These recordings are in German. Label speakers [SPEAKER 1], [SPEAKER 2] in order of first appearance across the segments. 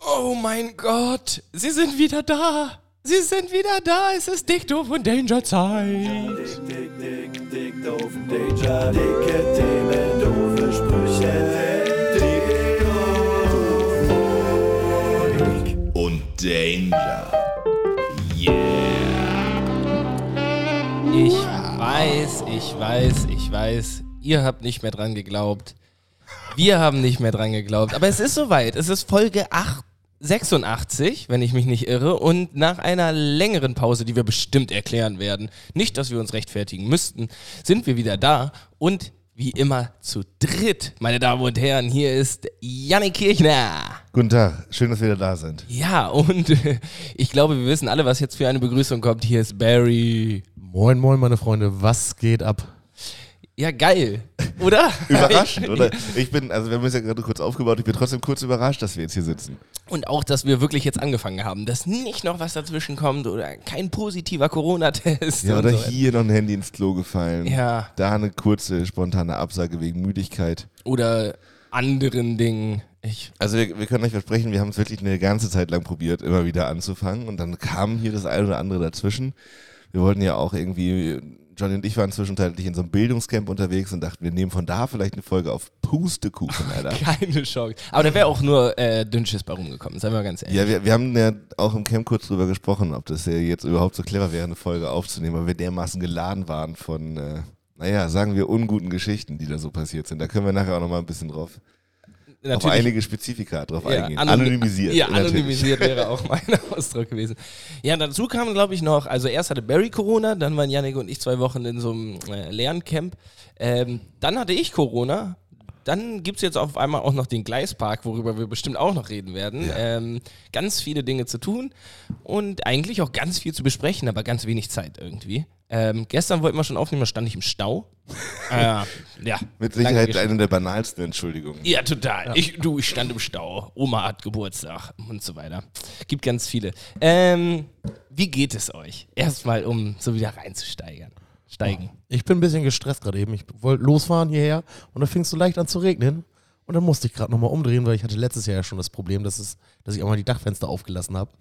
[SPEAKER 1] Oh mein Gott, sie sind wieder da. Sie sind wieder da. Es ist dick, doof und Danger Zeit.
[SPEAKER 2] Dick, dick, dick, dick, doof, Danger, dicke Themen, doofe Sprüche, dick, doof, dick.
[SPEAKER 3] und Danger. Yeah.
[SPEAKER 1] Ich weiß, ich weiß, ich weiß. Ihr habt nicht mehr dran geglaubt. Wir haben nicht mehr dran geglaubt. Aber es ist soweit. Es ist Folge 8, 86, wenn ich mich nicht irre. Und nach einer längeren Pause, die wir bestimmt erklären werden, nicht, dass wir uns rechtfertigen müssten, sind wir wieder da. Und wie immer zu dritt, meine Damen und Herren, hier ist Jannik Kirchner.
[SPEAKER 4] Guten Tag, schön, dass wir wieder da sind.
[SPEAKER 1] Ja, und äh, ich glaube, wir wissen alle, was jetzt für eine Begrüßung kommt. Hier ist Barry.
[SPEAKER 5] Moin, moin, meine Freunde, was geht ab?
[SPEAKER 1] Ja, geil, oder?
[SPEAKER 4] Überraschend, oder? Ich bin, also wir haben uns ja gerade kurz aufgebaut, ich bin trotzdem kurz überrascht, dass wir jetzt hier sitzen.
[SPEAKER 1] Und auch, dass wir wirklich jetzt angefangen haben, dass nicht noch was dazwischen kommt oder kein positiver Corona-Test.
[SPEAKER 4] Ja,
[SPEAKER 1] und
[SPEAKER 4] oder
[SPEAKER 1] so.
[SPEAKER 4] hier noch ein Handy ins Klo gefallen.
[SPEAKER 1] Ja.
[SPEAKER 4] Da eine kurze, spontane Absage wegen Müdigkeit.
[SPEAKER 1] oder anderen Dingen. Ich,
[SPEAKER 4] Also wir, wir können euch versprechen, wir haben es wirklich eine ganze Zeit lang probiert, immer wieder anzufangen. Und dann kam hier das eine oder andere dazwischen. Wir wollten ja auch irgendwie, Johnny und ich waren zwischenzeitlich in so einem Bildungscamp unterwegs und dachten, wir nehmen von da vielleicht eine Folge auf Pustekuchen, Alter.
[SPEAKER 1] keine Chance. Aber da wäre auch nur äh, Dünnschiss bei rumgekommen, seien wir ganz ehrlich.
[SPEAKER 4] Ja, wir, wir haben ja auch im Camp kurz drüber gesprochen, ob das ja jetzt überhaupt so clever wäre, eine Folge aufzunehmen, weil wir dermaßen geladen waren von, äh, naja, sagen wir, unguten Geschichten, die da so passiert sind. Da können wir nachher auch nochmal ein bisschen drauf, auf einige Spezifika drauf eingehen.
[SPEAKER 1] anonym-
[SPEAKER 4] anonymisiert.
[SPEAKER 1] Ja,
[SPEAKER 4] natürlich.
[SPEAKER 1] anonymisiert wäre auch mein Ausdruck gewesen. Ja, dazu kam, glaube ich, noch, also erst hatte Barry Corona, dann waren Janik und ich zwei Wochen in so einem äh, Lerncamp. Ähm, dann hatte ich Corona. Dann gibt es jetzt auf einmal auch noch den Gleispark, worüber wir bestimmt auch noch reden werden. Ähm, ganz viele Dinge zu tun und eigentlich auch ganz viel zu besprechen, aber ganz wenig Zeit irgendwie. Ähm, gestern wollten wir schon aufnehmen, da stand ich im Stau. äh, ja,
[SPEAKER 4] Mit
[SPEAKER 1] lange
[SPEAKER 4] Sicherheit
[SPEAKER 1] Geschichte.
[SPEAKER 4] eine der banalsten Entschuldigungen.
[SPEAKER 1] Ja, total. Ich, du, ich stand im Stau. Oma hat Geburtstag und so weiter. Gibt ganz viele. Ähm, wie geht es euch? Erstmal, um so wieder reinzusteigern. Steigen.
[SPEAKER 5] Ich bin ein bisschen gestresst gerade eben. Ich wollte losfahren hierher und dann fing es so leicht an zu regnen. Und dann musste ich gerade nochmal umdrehen, weil ich hatte letztes Jahr ja schon das Problem, dass, es, dass ich auch mal die Dachfenster aufgelassen habe.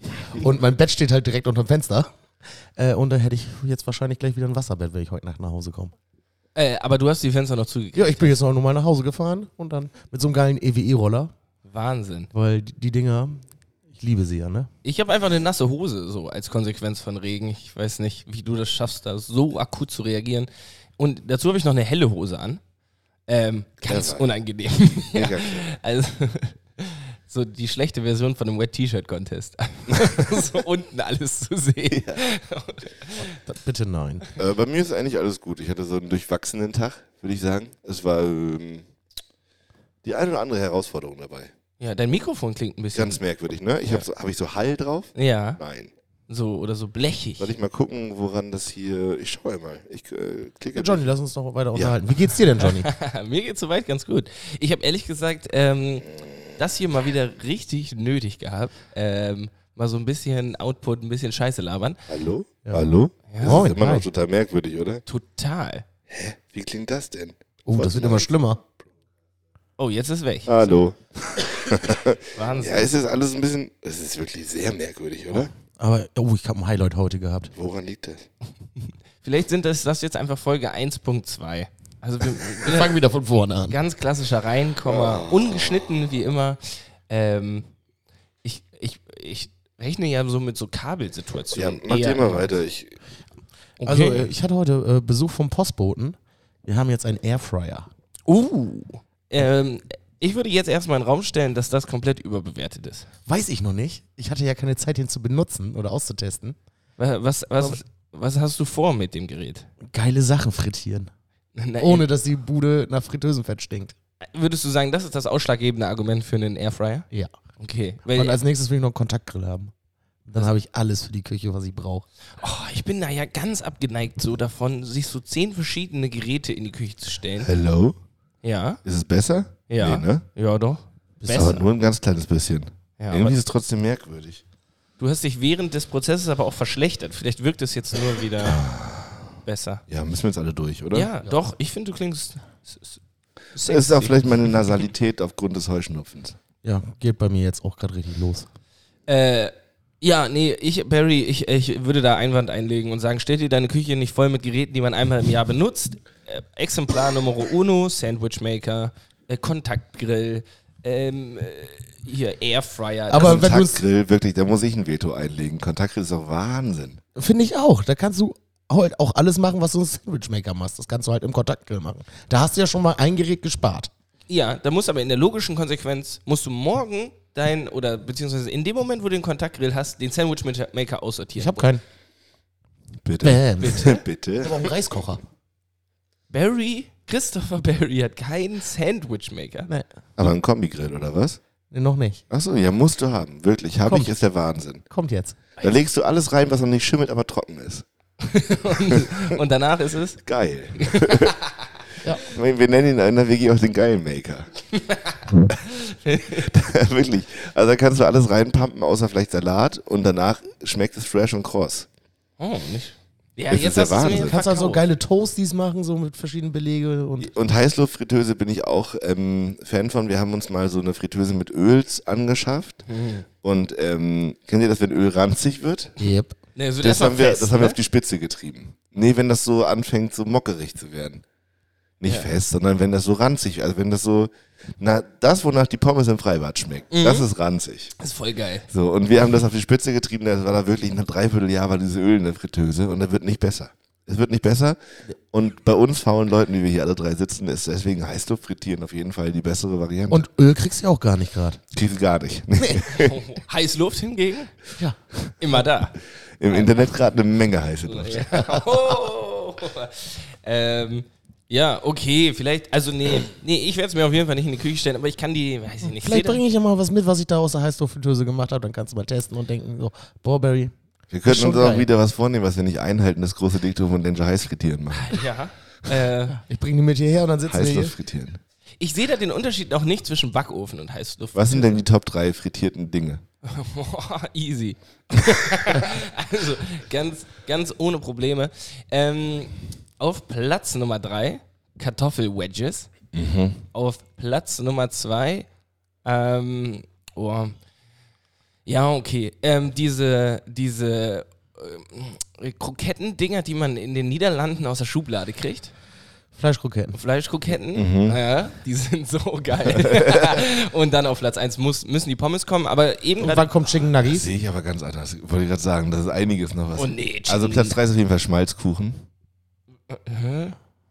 [SPEAKER 5] Und mein Bett steht halt direkt unterm Fenster. Äh, und dann hätte ich jetzt wahrscheinlich gleich wieder ein Wasserbett, wenn ich heute Nacht nach Hause komme.
[SPEAKER 1] Äh, aber du hast die Fenster noch zugekriegt.
[SPEAKER 5] Ja, ich bin jetzt noch mal nach Hause gefahren und dann mit so einem geilen EWE-Roller,
[SPEAKER 1] Wahnsinn.
[SPEAKER 5] weil die, die Dinger, ich liebe sie ja, ne?
[SPEAKER 1] Ich habe einfach eine nasse Hose so als Konsequenz von Regen. Ich weiß nicht, wie du das schaffst, da so akut zu reagieren. Und dazu habe ich noch eine helle Hose an. Ähm, ganz
[SPEAKER 4] Clever.
[SPEAKER 1] unangenehm. ja.
[SPEAKER 4] Mega
[SPEAKER 1] Also, so die schlechte Version von einem Wet-T-Shirt-Contest. so unten alles zu sehen.
[SPEAKER 5] Bitte nein.
[SPEAKER 4] Äh, bei mir ist eigentlich alles gut. Ich hatte so einen durchwachsenen Tag, würde ich sagen. Es war ähm, die eine oder andere Herausforderung dabei.
[SPEAKER 1] Ja, dein Mikrofon klingt ein bisschen.
[SPEAKER 4] Ganz merkwürdig, ne? Ich habe so, hab ich so Hall drauf?
[SPEAKER 1] ja,
[SPEAKER 4] Nein.
[SPEAKER 1] so oder so blechig.
[SPEAKER 4] Soll ich mal gucken, woran das hier. Ich schaue mal. Ich äh, klicke.
[SPEAKER 5] Ja, Johnny, lass uns noch weiter unterhalten. Wie geht's dir denn, Johnny?
[SPEAKER 1] Mir geht's soweit ganz gut. Ich habe ehrlich gesagt ähm, das hier mal wieder richtig nötig gehabt. Ähm, mal so ein bisschen Output, ein bisschen Scheiße labern.
[SPEAKER 4] Hallo? Hallo?
[SPEAKER 1] Ja.
[SPEAKER 4] Das
[SPEAKER 5] Moin,
[SPEAKER 4] ist immer
[SPEAKER 5] hi.
[SPEAKER 4] noch total merkwürdig, oder?
[SPEAKER 1] Total.
[SPEAKER 4] Wie klingt das denn?
[SPEAKER 5] Oh, das wird immer schlimmer.
[SPEAKER 1] Oh, jetzt ist weg.
[SPEAKER 4] Hallo.
[SPEAKER 1] Wahnsinn.
[SPEAKER 4] Äh, Ja, es ist alles ein bisschen. Es ist wirklich sehr merkwürdig, oder?
[SPEAKER 5] Aber, oh, ich habe ein Highlight heute gehabt.
[SPEAKER 4] Woran liegt das?
[SPEAKER 1] Vielleicht sind das, das jetzt einfach Folge 1.2. Also wir, wir
[SPEAKER 5] Wir fangen wieder von vorne an.
[SPEAKER 1] Ganz klassischer Reinkommer,
[SPEAKER 4] Oh.
[SPEAKER 1] ungeschnitten wie immer. Ähm, ich, ich, ich rechne ja so mit so
[SPEAKER 4] Ja,
[SPEAKER 1] Kabelsituationen.
[SPEAKER 4] mach
[SPEAKER 1] eher.
[SPEAKER 4] dir mal weiter. Ich,
[SPEAKER 1] Okay.
[SPEAKER 5] Also, äh, ich hatte heute äh, Besuch vom Postboten. Wir haben jetzt einen Airfryer.
[SPEAKER 1] uh, ähm, ich würde jetzt erstmal in den Raum stellen, dass das komplett überbewertet ist.
[SPEAKER 5] Weiß ich noch nicht. Ich hatte ja keine Zeit, den zu benutzen oder auszutesten.
[SPEAKER 1] Wa- Was, was, was hast du vor mit dem Gerät?
[SPEAKER 5] Geile Sachen frittieren.
[SPEAKER 1] Na, äh,
[SPEAKER 5] Ohne, dass die Bude nach Fritteusenfett stinkt.
[SPEAKER 1] Würdest du sagen, das ist das ausschlaggebende Argument für einen Airfryer?
[SPEAKER 5] Ja.
[SPEAKER 1] Okay. Weil,
[SPEAKER 5] Und als nächstes will ich noch einen Kontaktgrill haben. Dann habe ich alles für die Küche, was ich brauche.
[SPEAKER 1] oh, ich bin da ja ganz abgeneigt so davon, sich so zehn verschiedene Geräte in die Küche zu stellen.
[SPEAKER 4] Hello?
[SPEAKER 1] Ja,
[SPEAKER 4] Ist es besser?
[SPEAKER 1] ja.
[SPEAKER 4] Nee, ne?
[SPEAKER 1] Ja, doch.
[SPEAKER 4] Aber nur ein ganz kleines bisschen.
[SPEAKER 1] Ja, aber
[SPEAKER 4] Irgendwie ist es trotzdem merkwürdig.
[SPEAKER 1] du hast dich während des Prozesses aber auch verschlechtert. Vielleicht wirkt es jetzt nur wieder besser.
[SPEAKER 4] Ja, müssen wir jetzt alle durch, Ah. oder?
[SPEAKER 1] Ja, doch. Ich finde, du klingst. s- s-
[SPEAKER 4] Das ist auch
[SPEAKER 1] sexy.
[SPEAKER 4] vielleicht meine Nasalität aufgrund des Heuschnupfens.
[SPEAKER 5] Ja, geht bei mir jetzt auch gerade richtig los.
[SPEAKER 1] Äh, ja, nee, ich, Barry, ich, ich würde da Einwand einlegen und sagen, stell dir deine Küche nicht voll mit Geräten, die man einmal im Jahr benutzt. Äh, Exemplar Numero Uno, Sandwich Maker, äh, Kontaktgrill, ähm, äh, hier Airfryer. Also,
[SPEAKER 5] Aber wenn du es.
[SPEAKER 4] Kontaktgrill, wirklich, da muss ich ein Veto einlegen. Kontaktgrill ist doch Wahnsinn.
[SPEAKER 5] Finde ich auch. Da kannst du halt auch alles machen, was du im Sandwichmaker machst. Das kannst du halt im Kontaktgrill machen. Da hast du ja schon mal ein Gerät gespart.
[SPEAKER 1] Ja, da muss aber in der logischen Konsequenz, musst du morgen dein, oder beziehungsweise in dem Moment, wo du den Kontaktgrill hast, den Sandwich-Maker aussortieren.
[SPEAKER 5] Ich habe keinen.
[SPEAKER 4] Bitte.
[SPEAKER 5] Bam. Ich
[SPEAKER 4] Bitte.
[SPEAKER 5] habe auch einen Reiskocher.
[SPEAKER 1] Barry, Christopher Barry hat keinen Sandwich-Maker.
[SPEAKER 5] Nee.
[SPEAKER 4] Aber ein Kombigrill oder was?
[SPEAKER 5] nee, noch nicht.
[SPEAKER 4] Achso, ja, musst du haben. Wirklich, habe
[SPEAKER 5] Kommt.
[SPEAKER 4] ich, ist der Wahnsinn.
[SPEAKER 5] Kommt jetzt.
[SPEAKER 4] Da legst du alles rein, was noch nicht schimmelt, aber trocken ist.
[SPEAKER 1] Und, und danach ist es,
[SPEAKER 4] Geil.
[SPEAKER 5] Ja.
[SPEAKER 4] Wir wir nennen ihn in einer WG auch den Geilmaker. Wirklich. Also da kannst du alles reinpumpen, außer vielleicht Salat und danach schmeckt es fresh und cross.
[SPEAKER 1] oh, nicht. Ja,
[SPEAKER 4] Das
[SPEAKER 1] jetzt
[SPEAKER 4] ist der
[SPEAKER 1] hast du es mir
[SPEAKER 4] Wahnsinn.
[SPEAKER 5] Kannst also
[SPEAKER 1] verkauft.
[SPEAKER 5] geile Toasties machen, so mit verschiedenen Belege und.
[SPEAKER 4] Und Heißluftfritteuse bin ich auch ähm, Fan von. Wir haben uns mal so eine Fritteuse mit Öls angeschafft.
[SPEAKER 5] Mhm.
[SPEAKER 4] Und ähm, kennt ihr das, wenn Öl ranzig wird?
[SPEAKER 5] Yep.
[SPEAKER 1] Nee, es wird
[SPEAKER 4] Das,
[SPEAKER 1] erst mal
[SPEAKER 4] haben, wir,
[SPEAKER 1] fest,
[SPEAKER 4] das haben
[SPEAKER 1] ne?
[SPEAKER 4] wir auf die Spitze getrieben. Nee, wenn das so anfängt, so mockerig zu werden. Nicht fest, sondern wenn das so ranzig, also wenn das so, na, das, wonach die Pommes im Freibad schmeckt, das ist ranzig.
[SPEAKER 1] Das ist voll geil.
[SPEAKER 4] So, und wir haben das auf die Spitze getrieben, das war da wirklich ein Dreivierteljahr war dieses Öl in der Fritteuse und das wird nicht besser. Es wird nicht besser. Und bei uns faulen Leuten, wie wir hier alle drei sitzen, ist deswegen Heißluft frittieren auf jeden Fall die bessere Variante.
[SPEAKER 5] Und Öl kriegst du ja auch gar nicht gerade.
[SPEAKER 4] Kriegst du gar nicht.
[SPEAKER 1] Oh, Heißluft hingegen,
[SPEAKER 5] Ja.
[SPEAKER 1] immer da.
[SPEAKER 4] Im Internet gerade eine Menge heiße Luft.
[SPEAKER 1] oh. ähm, ja, okay, vielleicht, also nee, nee, ich werde es mir auf jeden Fall nicht in die Küche stellen, aber ich kann die, weiß ich nicht.
[SPEAKER 5] Vielleicht
[SPEAKER 1] seht ihr-
[SPEAKER 5] bringe ich ja mal was mit, was ich da aus der Heißluftfritteuse gemacht habe. Dann kannst du mal testen und denken, so, Burberry.
[SPEAKER 4] Wir könnten
[SPEAKER 5] Schon
[SPEAKER 4] uns auch
[SPEAKER 5] geil.
[SPEAKER 4] wieder was vornehmen, was wir nicht einhalten, das große Diktum von Danger heiß frittieren machen.
[SPEAKER 1] Ja. Äh,
[SPEAKER 5] Ich bringe die mit hierher und dann sitzen wir
[SPEAKER 4] Heißluft
[SPEAKER 5] hier.
[SPEAKER 4] frittieren.
[SPEAKER 1] ich sehe da den Unterschied noch nicht zwischen Backofen und Heißluft.
[SPEAKER 4] Was sind denn die Top 3 frittierten Dinge?
[SPEAKER 1] Boah, easy. also ganz, ganz ohne Probleme. Ähm, auf Platz Nummer 3 Kartoffelwedges. Auf Platz Nummer 2 ähm, oh. ja, okay. Ähm, diese, diese ähm, Kroketten-Dinger, die man in den Niederlanden aus der Schublade kriegt.
[SPEAKER 5] Fleischkroketten.
[SPEAKER 1] Fleischkroketten, ja, die sind so geil. Und dann auf Platz 1 muss, müssen die Pommes kommen, aber eben
[SPEAKER 5] Und
[SPEAKER 1] gerade
[SPEAKER 5] wann kommt Chicken Nuggets?
[SPEAKER 4] Sehe ich aber ganz anders. Wollte gerade sagen, das ist einiges noch was.
[SPEAKER 1] Oh nee,
[SPEAKER 4] also
[SPEAKER 1] Chili.
[SPEAKER 4] Platz 3 ist auf jeden Fall Schmalzkuchen.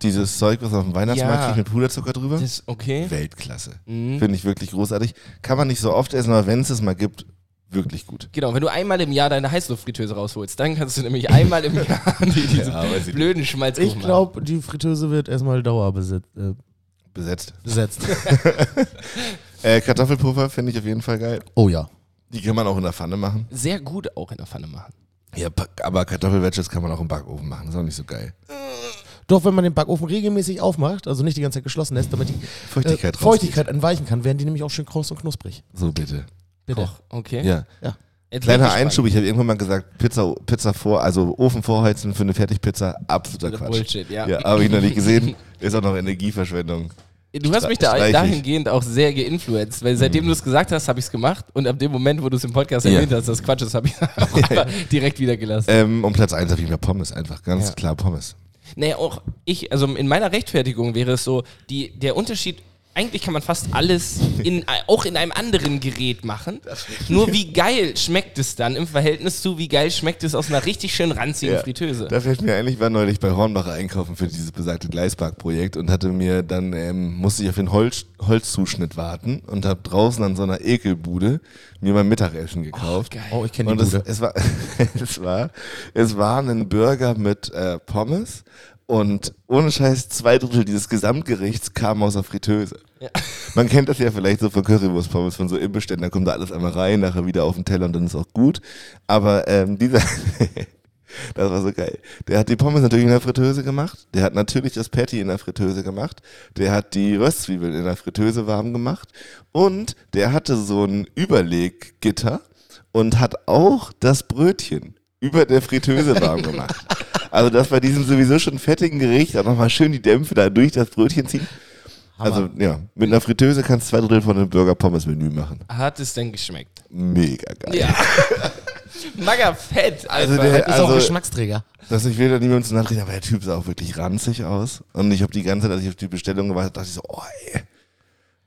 [SPEAKER 4] Dieses Zeug, was man auf dem Weihnachtsmarkt
[SPEAKER 1] Ja.
[SPEAKER 4] kriegt mit Puderzucker drüber.
[SPEAKER 1] Das okay.
[SPEAKER 4] Weltklasse. Finde ich wirklich großartig. Kann man nicht so oft essen, aber wenn es es mal gibt, wirklich gut.
[SPEAKER 1] Genau, wenn du einmal im Jahr deine Heißluftfritteuse rausholst, dann kannst du nämlich einmal im Jahr die, diesen
[SPEAKER 4] Ja, weiß ich
[SPEAKER 1] blöden Schmalzkuchen
[SPEAKER 5] Ich glaube, die Fritteuse wird erstmal dauerbesetzt. Äh,
[SPEAKER 4] Besetzt.
[SPEAKER 5] besetzt.
[SPEAKER 4] Äh, Kartoffelpuffer finde ich auf jeden Fall geil.
[SPEAKER 5] oh ja.
[SPEAKER 4] Die kann man auch in der Pfanne machen.
[SPEAKER 1] machen. Sehr gut auch in der Pfanne machen.
[SPEAKER 4] Ja, pa- aber Kartoffelwedges kann man auch im Backofen machen. Ist auch nicht so geil.
[SPEAKER 5] Doch, wenn man den Backofen regelmäßig aufmacht, also nicht die ganze Zeit geschlossen lässt, damit die
[SPEAKER 4] Feuchtigkeit
[SPEAKER 5] äh,
[SPEAKER 4] raus.
[SPEAKER 5] Feuchtigkeit entweichen kann, werden die nämlich auch schön kross und knusprig.
[SPEAKER 4] So bitte.
[SPEAKER 5] Bitte.
[SPEAKER 1] Doch, okay.
[SPEAKER 4] Ja.
[SPEAKER 1] Jetzt
[SPEAKER 5] Ja.
[SPEAKER 1] bin
[SPEAKER 4] Kleiner
[SPEAKER 1] ich gespannt.
[SPEAKER 4] Einschub, ich habe irgendwann mal gesagt, Pizza, Pizza vor, also Ofen vorheizen für eine Fertigpizza, absoluter Quatsch.
[SPEAKER 1] Bullshit, ja.
[SPEAKER 4] Ja, habe ich noch nicht gesehen. Ist auch noch Energieverschwendung.
[SPEAKER 1] Du hast mich da
[SPEAKER 4] Streich ich. Mhm.
[SPEAKER 1] dahingehend auch sehr geinfluenzt, weil seitdem du es gesagt hast, habe ich es gemacht und ab dem Moment, wo du es im Podcast
[SPEAKER 4] Ja.
[SPEAKER 1] erwähnt hast, dass das Quatsch ist, habe ich es direkt wieder gelassen.
[SPEAKER 4] Ähm, und Platz 1 habe ich mir Pommes, einfach ganz klar Pommes.
[SPEAKER 1] Naja, auch ich, also in meiner Rechtfertigung wäre es so, die, der Unterschied, eigentlich kann man fast alles in, auch in einem anderen Gerät machen. Nur wie geil schmeckt es dann im Verhältnis zu, wie geil schmeckt es aus einer richtig schön ranzigen
[SPEAKER 4] Ja.
[SPEAKER 1] Fritteuse.
[SPEAKER 4] Da fällt mir ein, ich war neulich bei Hornbacher einkaufen für dieses besagte Gleisparkprojekt und hatte mir dann, ähm, musste ich auf den Holz, Holzzuschnitt warten und habe draußen an so einer Ekelbude mir mein Mittagessen gekauft.
[SPEAKER 1] geil.
[SPEAKER 5] Oh, ich kenne die
[SPEAKER 4] Und es,
[SPEAKER 5] Bude.
[SPEAKER 4] es, war, es, war, es war ein Burger mit äh, Pommes und ohne Scheiß zwei Drittel dieses Gesamtgerichts kamen aus der Fritteuse. Man kennt das ja vielleicht so von Currywurst-Pommes, von so Imbeständen, da kommt da alles einmal rein, nachher wieder auf den Teller und dann ist auch gut. Aber ähm, dieser, das war so geil. Der hat die Pommes natürlich in der Fritteuse gemacht, der hat natürlich das Patty in der Fritteuse gemacht, der hat die Röstzwiebeln in der Fritteuse warm gemacht und der hatte so ein Überleggitter und hat auch das Brötchen über der Fritteuse warm gemacht. Also, dass bei diesem sowieso schon fettigen Gericht auch nochmal schön die Dämpfe da durch das Brötchen ziehen.
[SPEAKER 5] Hammer.
[SPEAKER 4] Also ja, mit einer Fritteuse kannst du zwei Drittel von einem Burger-Pommes-Menü machen.
[SPEAKER 1] Hat es denn geschmeckt?
[SPEAKER 4] Mega geil.
[SPEAKER 1] Ja. Mager fett, Alter.
[SPEAKER 4] Also der-
[SPEAKER 5] ist auch
[SPEAKER 4] also-
[SPEAKER 5] Geschmacksträger.
[SPEAKER 4] Das, ich will da niemandem zu nachreden, aber der Typ sah auch wirklich ranzig aus. Und ich habe die ganze Zeit, als ich auf die Bestellung gewartet habe, dachte ich so, oh ey,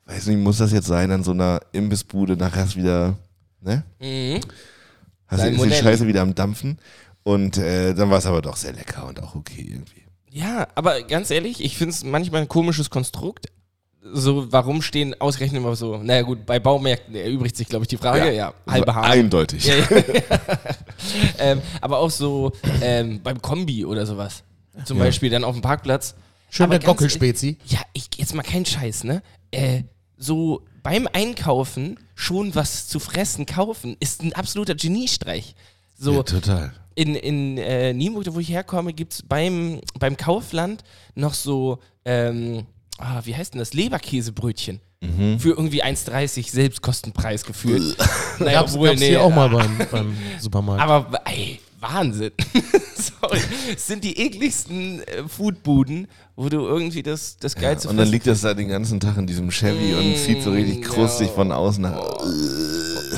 [SPEAKER 4] weiß nicht, muss das jetzt sein, an so einer Imbissbude nachher ist wieder, ne?
[SPEAKER 1] mhm.
[SPEAKER 4] Hast du
[SPEAKER 1] Dein
[SPEAKER 4] ist die
[SPEAKER 1] Modell.
[SPEAKER 4] Scheiße wieder am Dampfen. Und äh, dann war es aber doch sehr lecker und auch okay irgendwie.
[SPEAKER 1] Ja, aber ganz ehrlich, ich finde es manchmal ein komisches Konstrukt. So, warum stehen ausgerechnet immer so, naja gut, bei Baumärkten erübrigt sich, glaube ich, die Frage, ja, halbe
[SPEAKER 4] Also
[SPEAKER 1] Haare.
[SPEAKER 4] Eindeutig.
[SPEAKER 1] Ja, ja. ähm, aber auch so ähm, beim Kombi oder sowas. Zum Beispiel dann auf dem Parkplatz.
[SPEAKER 5] Schön
[SPEAKER 1] Aber
[SPEAKER 5] der
[SPEAKER 1] ganz-
[SPEAKER 5] Gockelspezi.
[SPEAKER 1] Ja, ich jetzt mal keinen Scheiß, ne? Äh, so beim Einkaufen schon was zu fressen kaufen ist ein absoluter Geniestreich. So,
[SPEAKER 4] total.
[SPEAKER 1] in, in äh, Nienburg, da wo ich herkomme, gibt es beim, beim Kaufland noch so, ähm, ah, wie heißt denn das? Leberkäsebrötchen.
[SPEAKER 5] Mhm.
[SPEAKER 1] Für irgendwie 1,30 Selbstkostenpreis gefühlt. naja,
[SPEAKER 5] Gab's,
[SPEAKER 1] obwohl,
[SPEAKER 5] gab's
[SPEAKER 1] nee,
[SPEAKER 5] hier auch mal beim, beim Supermarkt.
[SPEAKER 1] Aber, ey, Wahnsinn. Sorry. Es sind die ekligsten äh, Foodbuden, wo du irgendwie das, das geilste
[SPEAKER 4] Und dann
[SPEAKER 1] Fressen-
[SPEAKER 4] liegt das da den ganzen Tag in diesem Chevy
[SPEAKER 1] Mm,
[SPEAKER 4] und sieht so richtig krustig von außen nach.
[SPEAKER 1] Oh.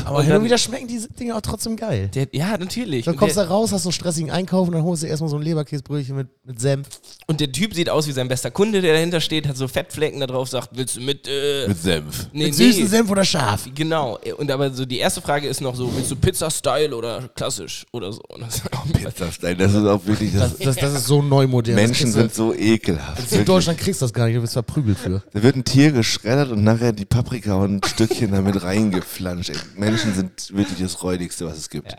[SPEAKER 5] Aber, hin und wieder schmecken diese Dinge auch trotzdem geil.
[SPEAKER 1] der, Ja, natürlich.
[SPEAKER 5] Dann
[SPEAKER 1] Und
[SPEAKER 5] kommst
[SPEAKER 1] der,
[SPEAKER 5] du raus, hast so einen stressigen Einkauf und dann holst du erstmal so ein Leberkäsebrötchen mit, mit Senf.
[SPEAKER 1] und der Typ sieht aus wie sein bester Kunde, der dahinter steht, hat so Fettflecken da drauf, sagt, willst du mit, äh,
[SPEAKER 4] Mit Senf.
[SPEAKER 1] nee,
[SPEAKER 5] mit süßen Senf oder scharf.
[SPEAKER 1] Genau, und aber so die erste Frage ist noch so, willst du Pizza-Style oder klassisch oder so? Und das,
[SPEAKER 4] Oh, Pizzastein, das ist auch wirklich. Das
[SPEAKER 5] Das, das, das ist so neu modern.
[SPEAKER 4] Menschen
[SPEAKER 5] das kriegst du-
[SPEAKER 4] sind so ekelhaft.
[SPEAKER 5] In
[SPEAKER 4] wirklich.
[SPEAKER 5] Deutschland kriegst du das gar nicht, du wirst verprügelt für.
[SPEAKER 4] Da wird ein Tier geschreddert und nachher die Paprika und ein Stückchen damit reingeflanscht. Ey, Menschen sind wirklich das Räudigste, was es gibt.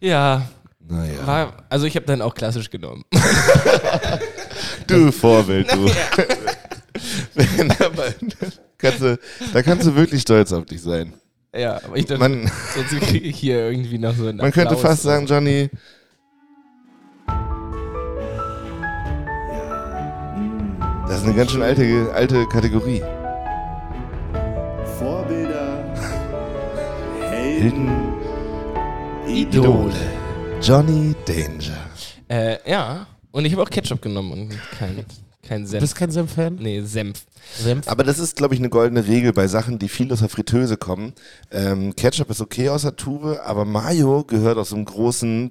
[SPEAKER 1] ja,
[SPEAKER 4] Naja.
[SPEAKER 1] war, also ich habe dann auch klassisch genommen.
[SPEAKER 4] Du Vorbild, du. Wenn aber- kannst du, da kannst du wirklich stolz auf dich sein.
[SPEAKER 1] ja, aber ich dachte,
[SPEAKER 4] Man,
[SPEAKER 1] jetzt kriege ich hier irgendwie noch so einen
[SPEAKER 4] man könnte
[SPEAKER 1] Applaus.
[SPEAKER 4] fast sagen, Johnny, das ist eine ganz schön alte, alte Kategorie.
[SPEAKER 2] Vorbilder, Helden,
[SPEAKER 4] Helden,
[SPEAKER 2] Idole.
[SPEAKER 4] Johnny Danger.
[SPEAKER 1] Äh, ja, und ich habe auch Ketchup genommen und kein, kein
[SPEAKER 5] Du
[SPEAKER 1] Senf.
[SPEAKER 5] bist kein Senf-Fan?
[SPEAKER 1] Nee, Senf.
[SPEAKER 5] Senf?
[SPEAKER 4] Aber das ist, glaube ich, eine goldene Regel bei Sachen, die viel aus der Fritteuse kommen. Ähm, Ketchup ist okay aus der Tube, aber Mayo gehört aus so einem großen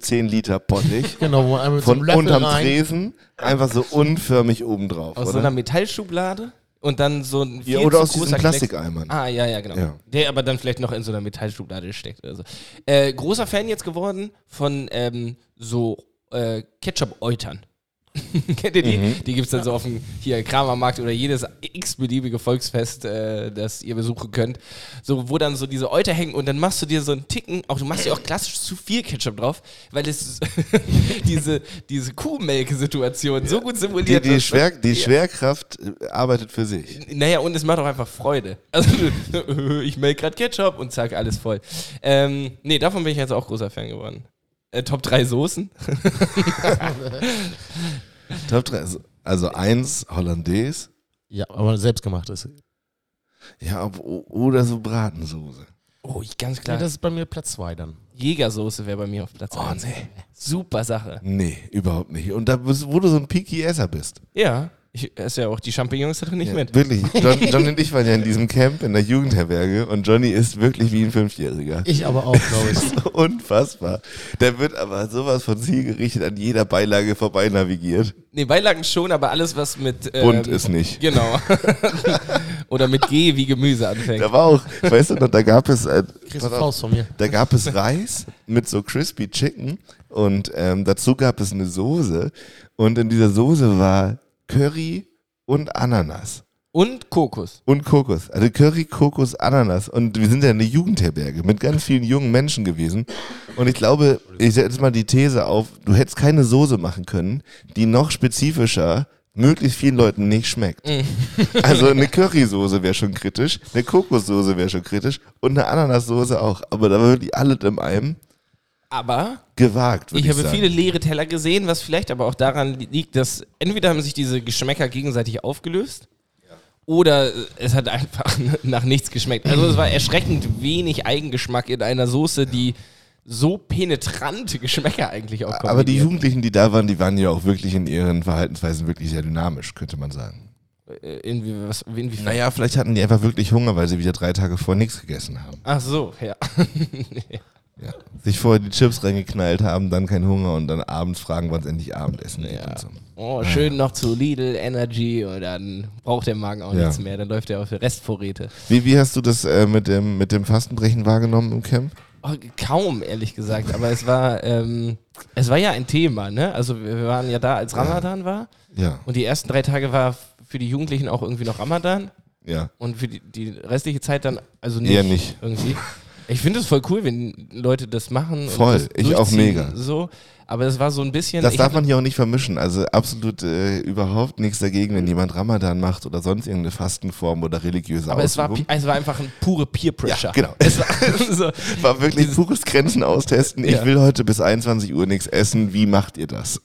[SPEAKER 4] 10-Liter-Pottich
[SPEAKER 5] Genau, wo man einmal mit so
[SPEAKER 4] von
[SPEAKER 5] einem Löffel
[SPEAKER 4] unterm
[SPEAKER 5] rein.
[SPEAKER 4] Tresen einfach so unförmig obendrauf.
[SPEAKER 1] Aus so einer
[SPEAKER 4] oder?
[SPEAKER 1] Metallschublade und dann so ein viel
[SPEAKER 4] ja, oder
[SPEAKER 1] zu
[SPEAKER 4] aus diesen
[SPEAKER 1] großer Klecks-
[SPEAKER 4] Plastikeimern.
[SPEAKER 1] Ah, ja, ja, genau.
[SPEAKER 4] Ja.
[SPEAKER 1] Der aber dann vielleicht noch in so einer Metallschublade steckt oder so. Äh, großer Fan jetzt geworden von ähm, so äh, Ketchup-Eutern. Kennt ihr die?
[SPEAKER 4] Mhm.
[SPEAKER 1] Die gibt es dann so auf dem hier Kramermarkt oder jedes x-beliebige Volksfest, äh, das ihr besuchen könnt. So, wo dann so diese Euter hängen und dann machst du dir so einen Ticken, auch du machst dir auch klassisch zu viel Ketchup drauf, weil es diese, diese Kuhmelke-Situation so gut
[SPEAKER 4] Die,
[SPEAKER 1] simuliert
[SPEAKER 4] die,
[SPEAKER 1] dass-
[SPEAKER 4] Schwer, die Schwerkraft äh, arbeitet für sich.
[SPEAKER 1] naja, und es macht auch einfach Freude. Also, du- ich melde gerade Ketchup und zack, alles voll. Ähm, nee, davon bin ich jetzt auch großer Fan geworden. Äh, Top 3 Soßen?
[SPEAKER 4] Top 3. Also, also eins Hollandaise,
[SPEAKER 5] Ja, aber selbstgemacht ist.
[SPEAKER 4] ja, ob- o- oder so Bratensoße.
[SPEAKER 1] Oh, ich, ganz
[SPEAKER 5] Ja,
[SPEAKER 1] klar. Oh,
[SPEAKER 5] das ist bei mir Platz 2 dann.
[SPEAKER 1] Jägersoße wäre bei mir auf Platz 1. Super Sache.
[SPEAKER 4] Nee, überhaupt nicht. Und da bist, wo du so ein Picky-Esser bist.
[SPEAKER 1] Ja, ich esse ja auch die Champignons da drin nicht
[SPEAKER 4] Ja,
[SPEAKER 1] mit.
[SPEAKER 4] Wirklich. John, John und ich waren ja in diesem Camp in der Jugendherberge und Johnny ist wirklich wie ein Fünfjähriger.
[SPEAKER 5] Ich aber auch, glaube ich.
[SPEAKER 4] Das ist Unfassbar. Der wird aber sowas von zielgerichtet an jeder Beilage vorbei navigiert.
[SPEAKER 1] Nee, Beilagen schon, aber alles, was mit. Ähm,
[SPEAKER 4] Bunt ist nicht.
[SPEAKER 1] Genau. Oder mit G wie Gemüse anfängt.
[SPEAKER 4] Da war auch, weißt du noch, da gab es, äh,
[SPEAKER 5] Kriegst du
[SPEAKER 4] pass auf,
[SPEAKER 5] Faust von mir.
[SPEAKER 4] da gab es Reis mit so Crispy Chicken und ähm, dazu gab es eine Soße und in dieser Soße war Curry und Ananas.
[SPEAKER 1] Und Kokos.
[SPEAKER 4] Und Kokos. Also Curry, Kokos, Ananas. Und wir sind ja eine Jugendherberge mit ganz vielen jungen Menschen gewesen. Und ich glaube, ich setze mal die These auf, du hättest keine Soße machen können, die noch spezifischer möglichst vielen Leuten nicht schmeckt.
[SPEAKER 1] Mhm.
[SPEAKER 4] Also eine Currysoße wäre schon kritisch, eine Kokossoße wäre schon kritisch und eine Ananassoße auch. Aber da war wirklich alles in einem
[SPEAKER 1] Aber
[SPEAKER 4] gewagt, würde
[SPEAKER 1] Ich
[SPEAKER 4] ich,
[SPEAKER 1] habe
[SPEAKER 4] sagen.
[SPEAKER 1] viele leere Teller gesehen, was vielleicht aber auch daran li- liegt, dass entweder haben sich diese Geschmäcker gegenseitig aufgelöst oder äh, es hat einfach nach nichts geschmeckt. Also es war erschreckend wenig Eigengeschmack in einer Soße, die so penetrante Geschmäcker eigentlich auch
[SPEAKER 4] Aber die
[SPEAKER 1] kombiniert.
[SPEAKER 4] Jugendlichen, die da waren, die waren ja auch wirklich in ihren Verhaltensweisen wirklich sehr dynamisch, könnte man sagen.
[SPEAKER 1] Äh, Irgendwie, was, inwiefern?
[SPEAKER 4] Naja, vielleicht hatten die einfach wirklich Hunger, weil sie wieder drei Tage vor nichts gegessen haben.
[SPEAKER 1] Ach so, ja.
[SPEAKER 4] Ja. Sich vorher die Chips reingeknallt haben, dann keinen Hunger und dann abends fragen, wann es endlich Abendessen gibt.
[SPEAKER 1] Ja.
[SPEAKER 4] Und so.
[SPEAKER 1] Oh, schön noch zu Lidl, Energy und dann braucht der Magen auch
[SPEAKER 4] Ja.
[SPEAKER 1] nichts mehr. Dann läuft er auf Restvorräte.
[SPEAKER 4] wie, wie hast du das äh, mit, dem, mit dem Fastenbrechen wahrgenommen im Camp?
[SPEAKER 1] Oh, kaum, ehrlich gesagt. Aber es war, ähm, es war ja ein Thema, ne? Also wir wir waren ja da, als Ramadan war.
[SPEAKER 4] Ja.
[SPEAKER 1] Und die ersten drei Tage war für die Jugendlichen auch irgendwie noch Ramadan.
[SPEAKER 4] Ja.
[SPEAKER 1] Und für die, die restliche Zeit dann, also nicht.
[SPEAKER 4] Eher nicht.
[SPEAKER 1] Irgendwie. Ich finde es voll cool, wenn Leute das machen.
[SPEAKER 4] Voll.
[SPEAKER 1] und das
[SPEAKER 4] Ich auch
[SPEAKER 1] durchziehen,
[SPEAKER 4] mega.
[SPEAKER 1] So. Aber es war so ein bisschen.
[SPEAKER 4] Das
[SPEAKER 1] ich
[SPEAKER 4] darf man hier auch nicht vermischen. Also absolut äh, überhaupt nichts dagegen, wenn jemand Ramadan macht oder sonst irgendeine Fastenform oder religiöse
[SPEAKER 1] aber es war,
[SPEAKER 4] Ausübung.
[SPEAKER 1] es war einfach ein pure Peer Pressure.
[SPEAKER 4] genau.
[SPEAKER 1] Es war, so,
[SPEAKER 4] war wirklich pures Grenzen austesten.
[SPEAKER 1] Ja.
[SPEAKER 4] Ich will heute bis 21 Uhr nichts essen. Wie macht ihr das?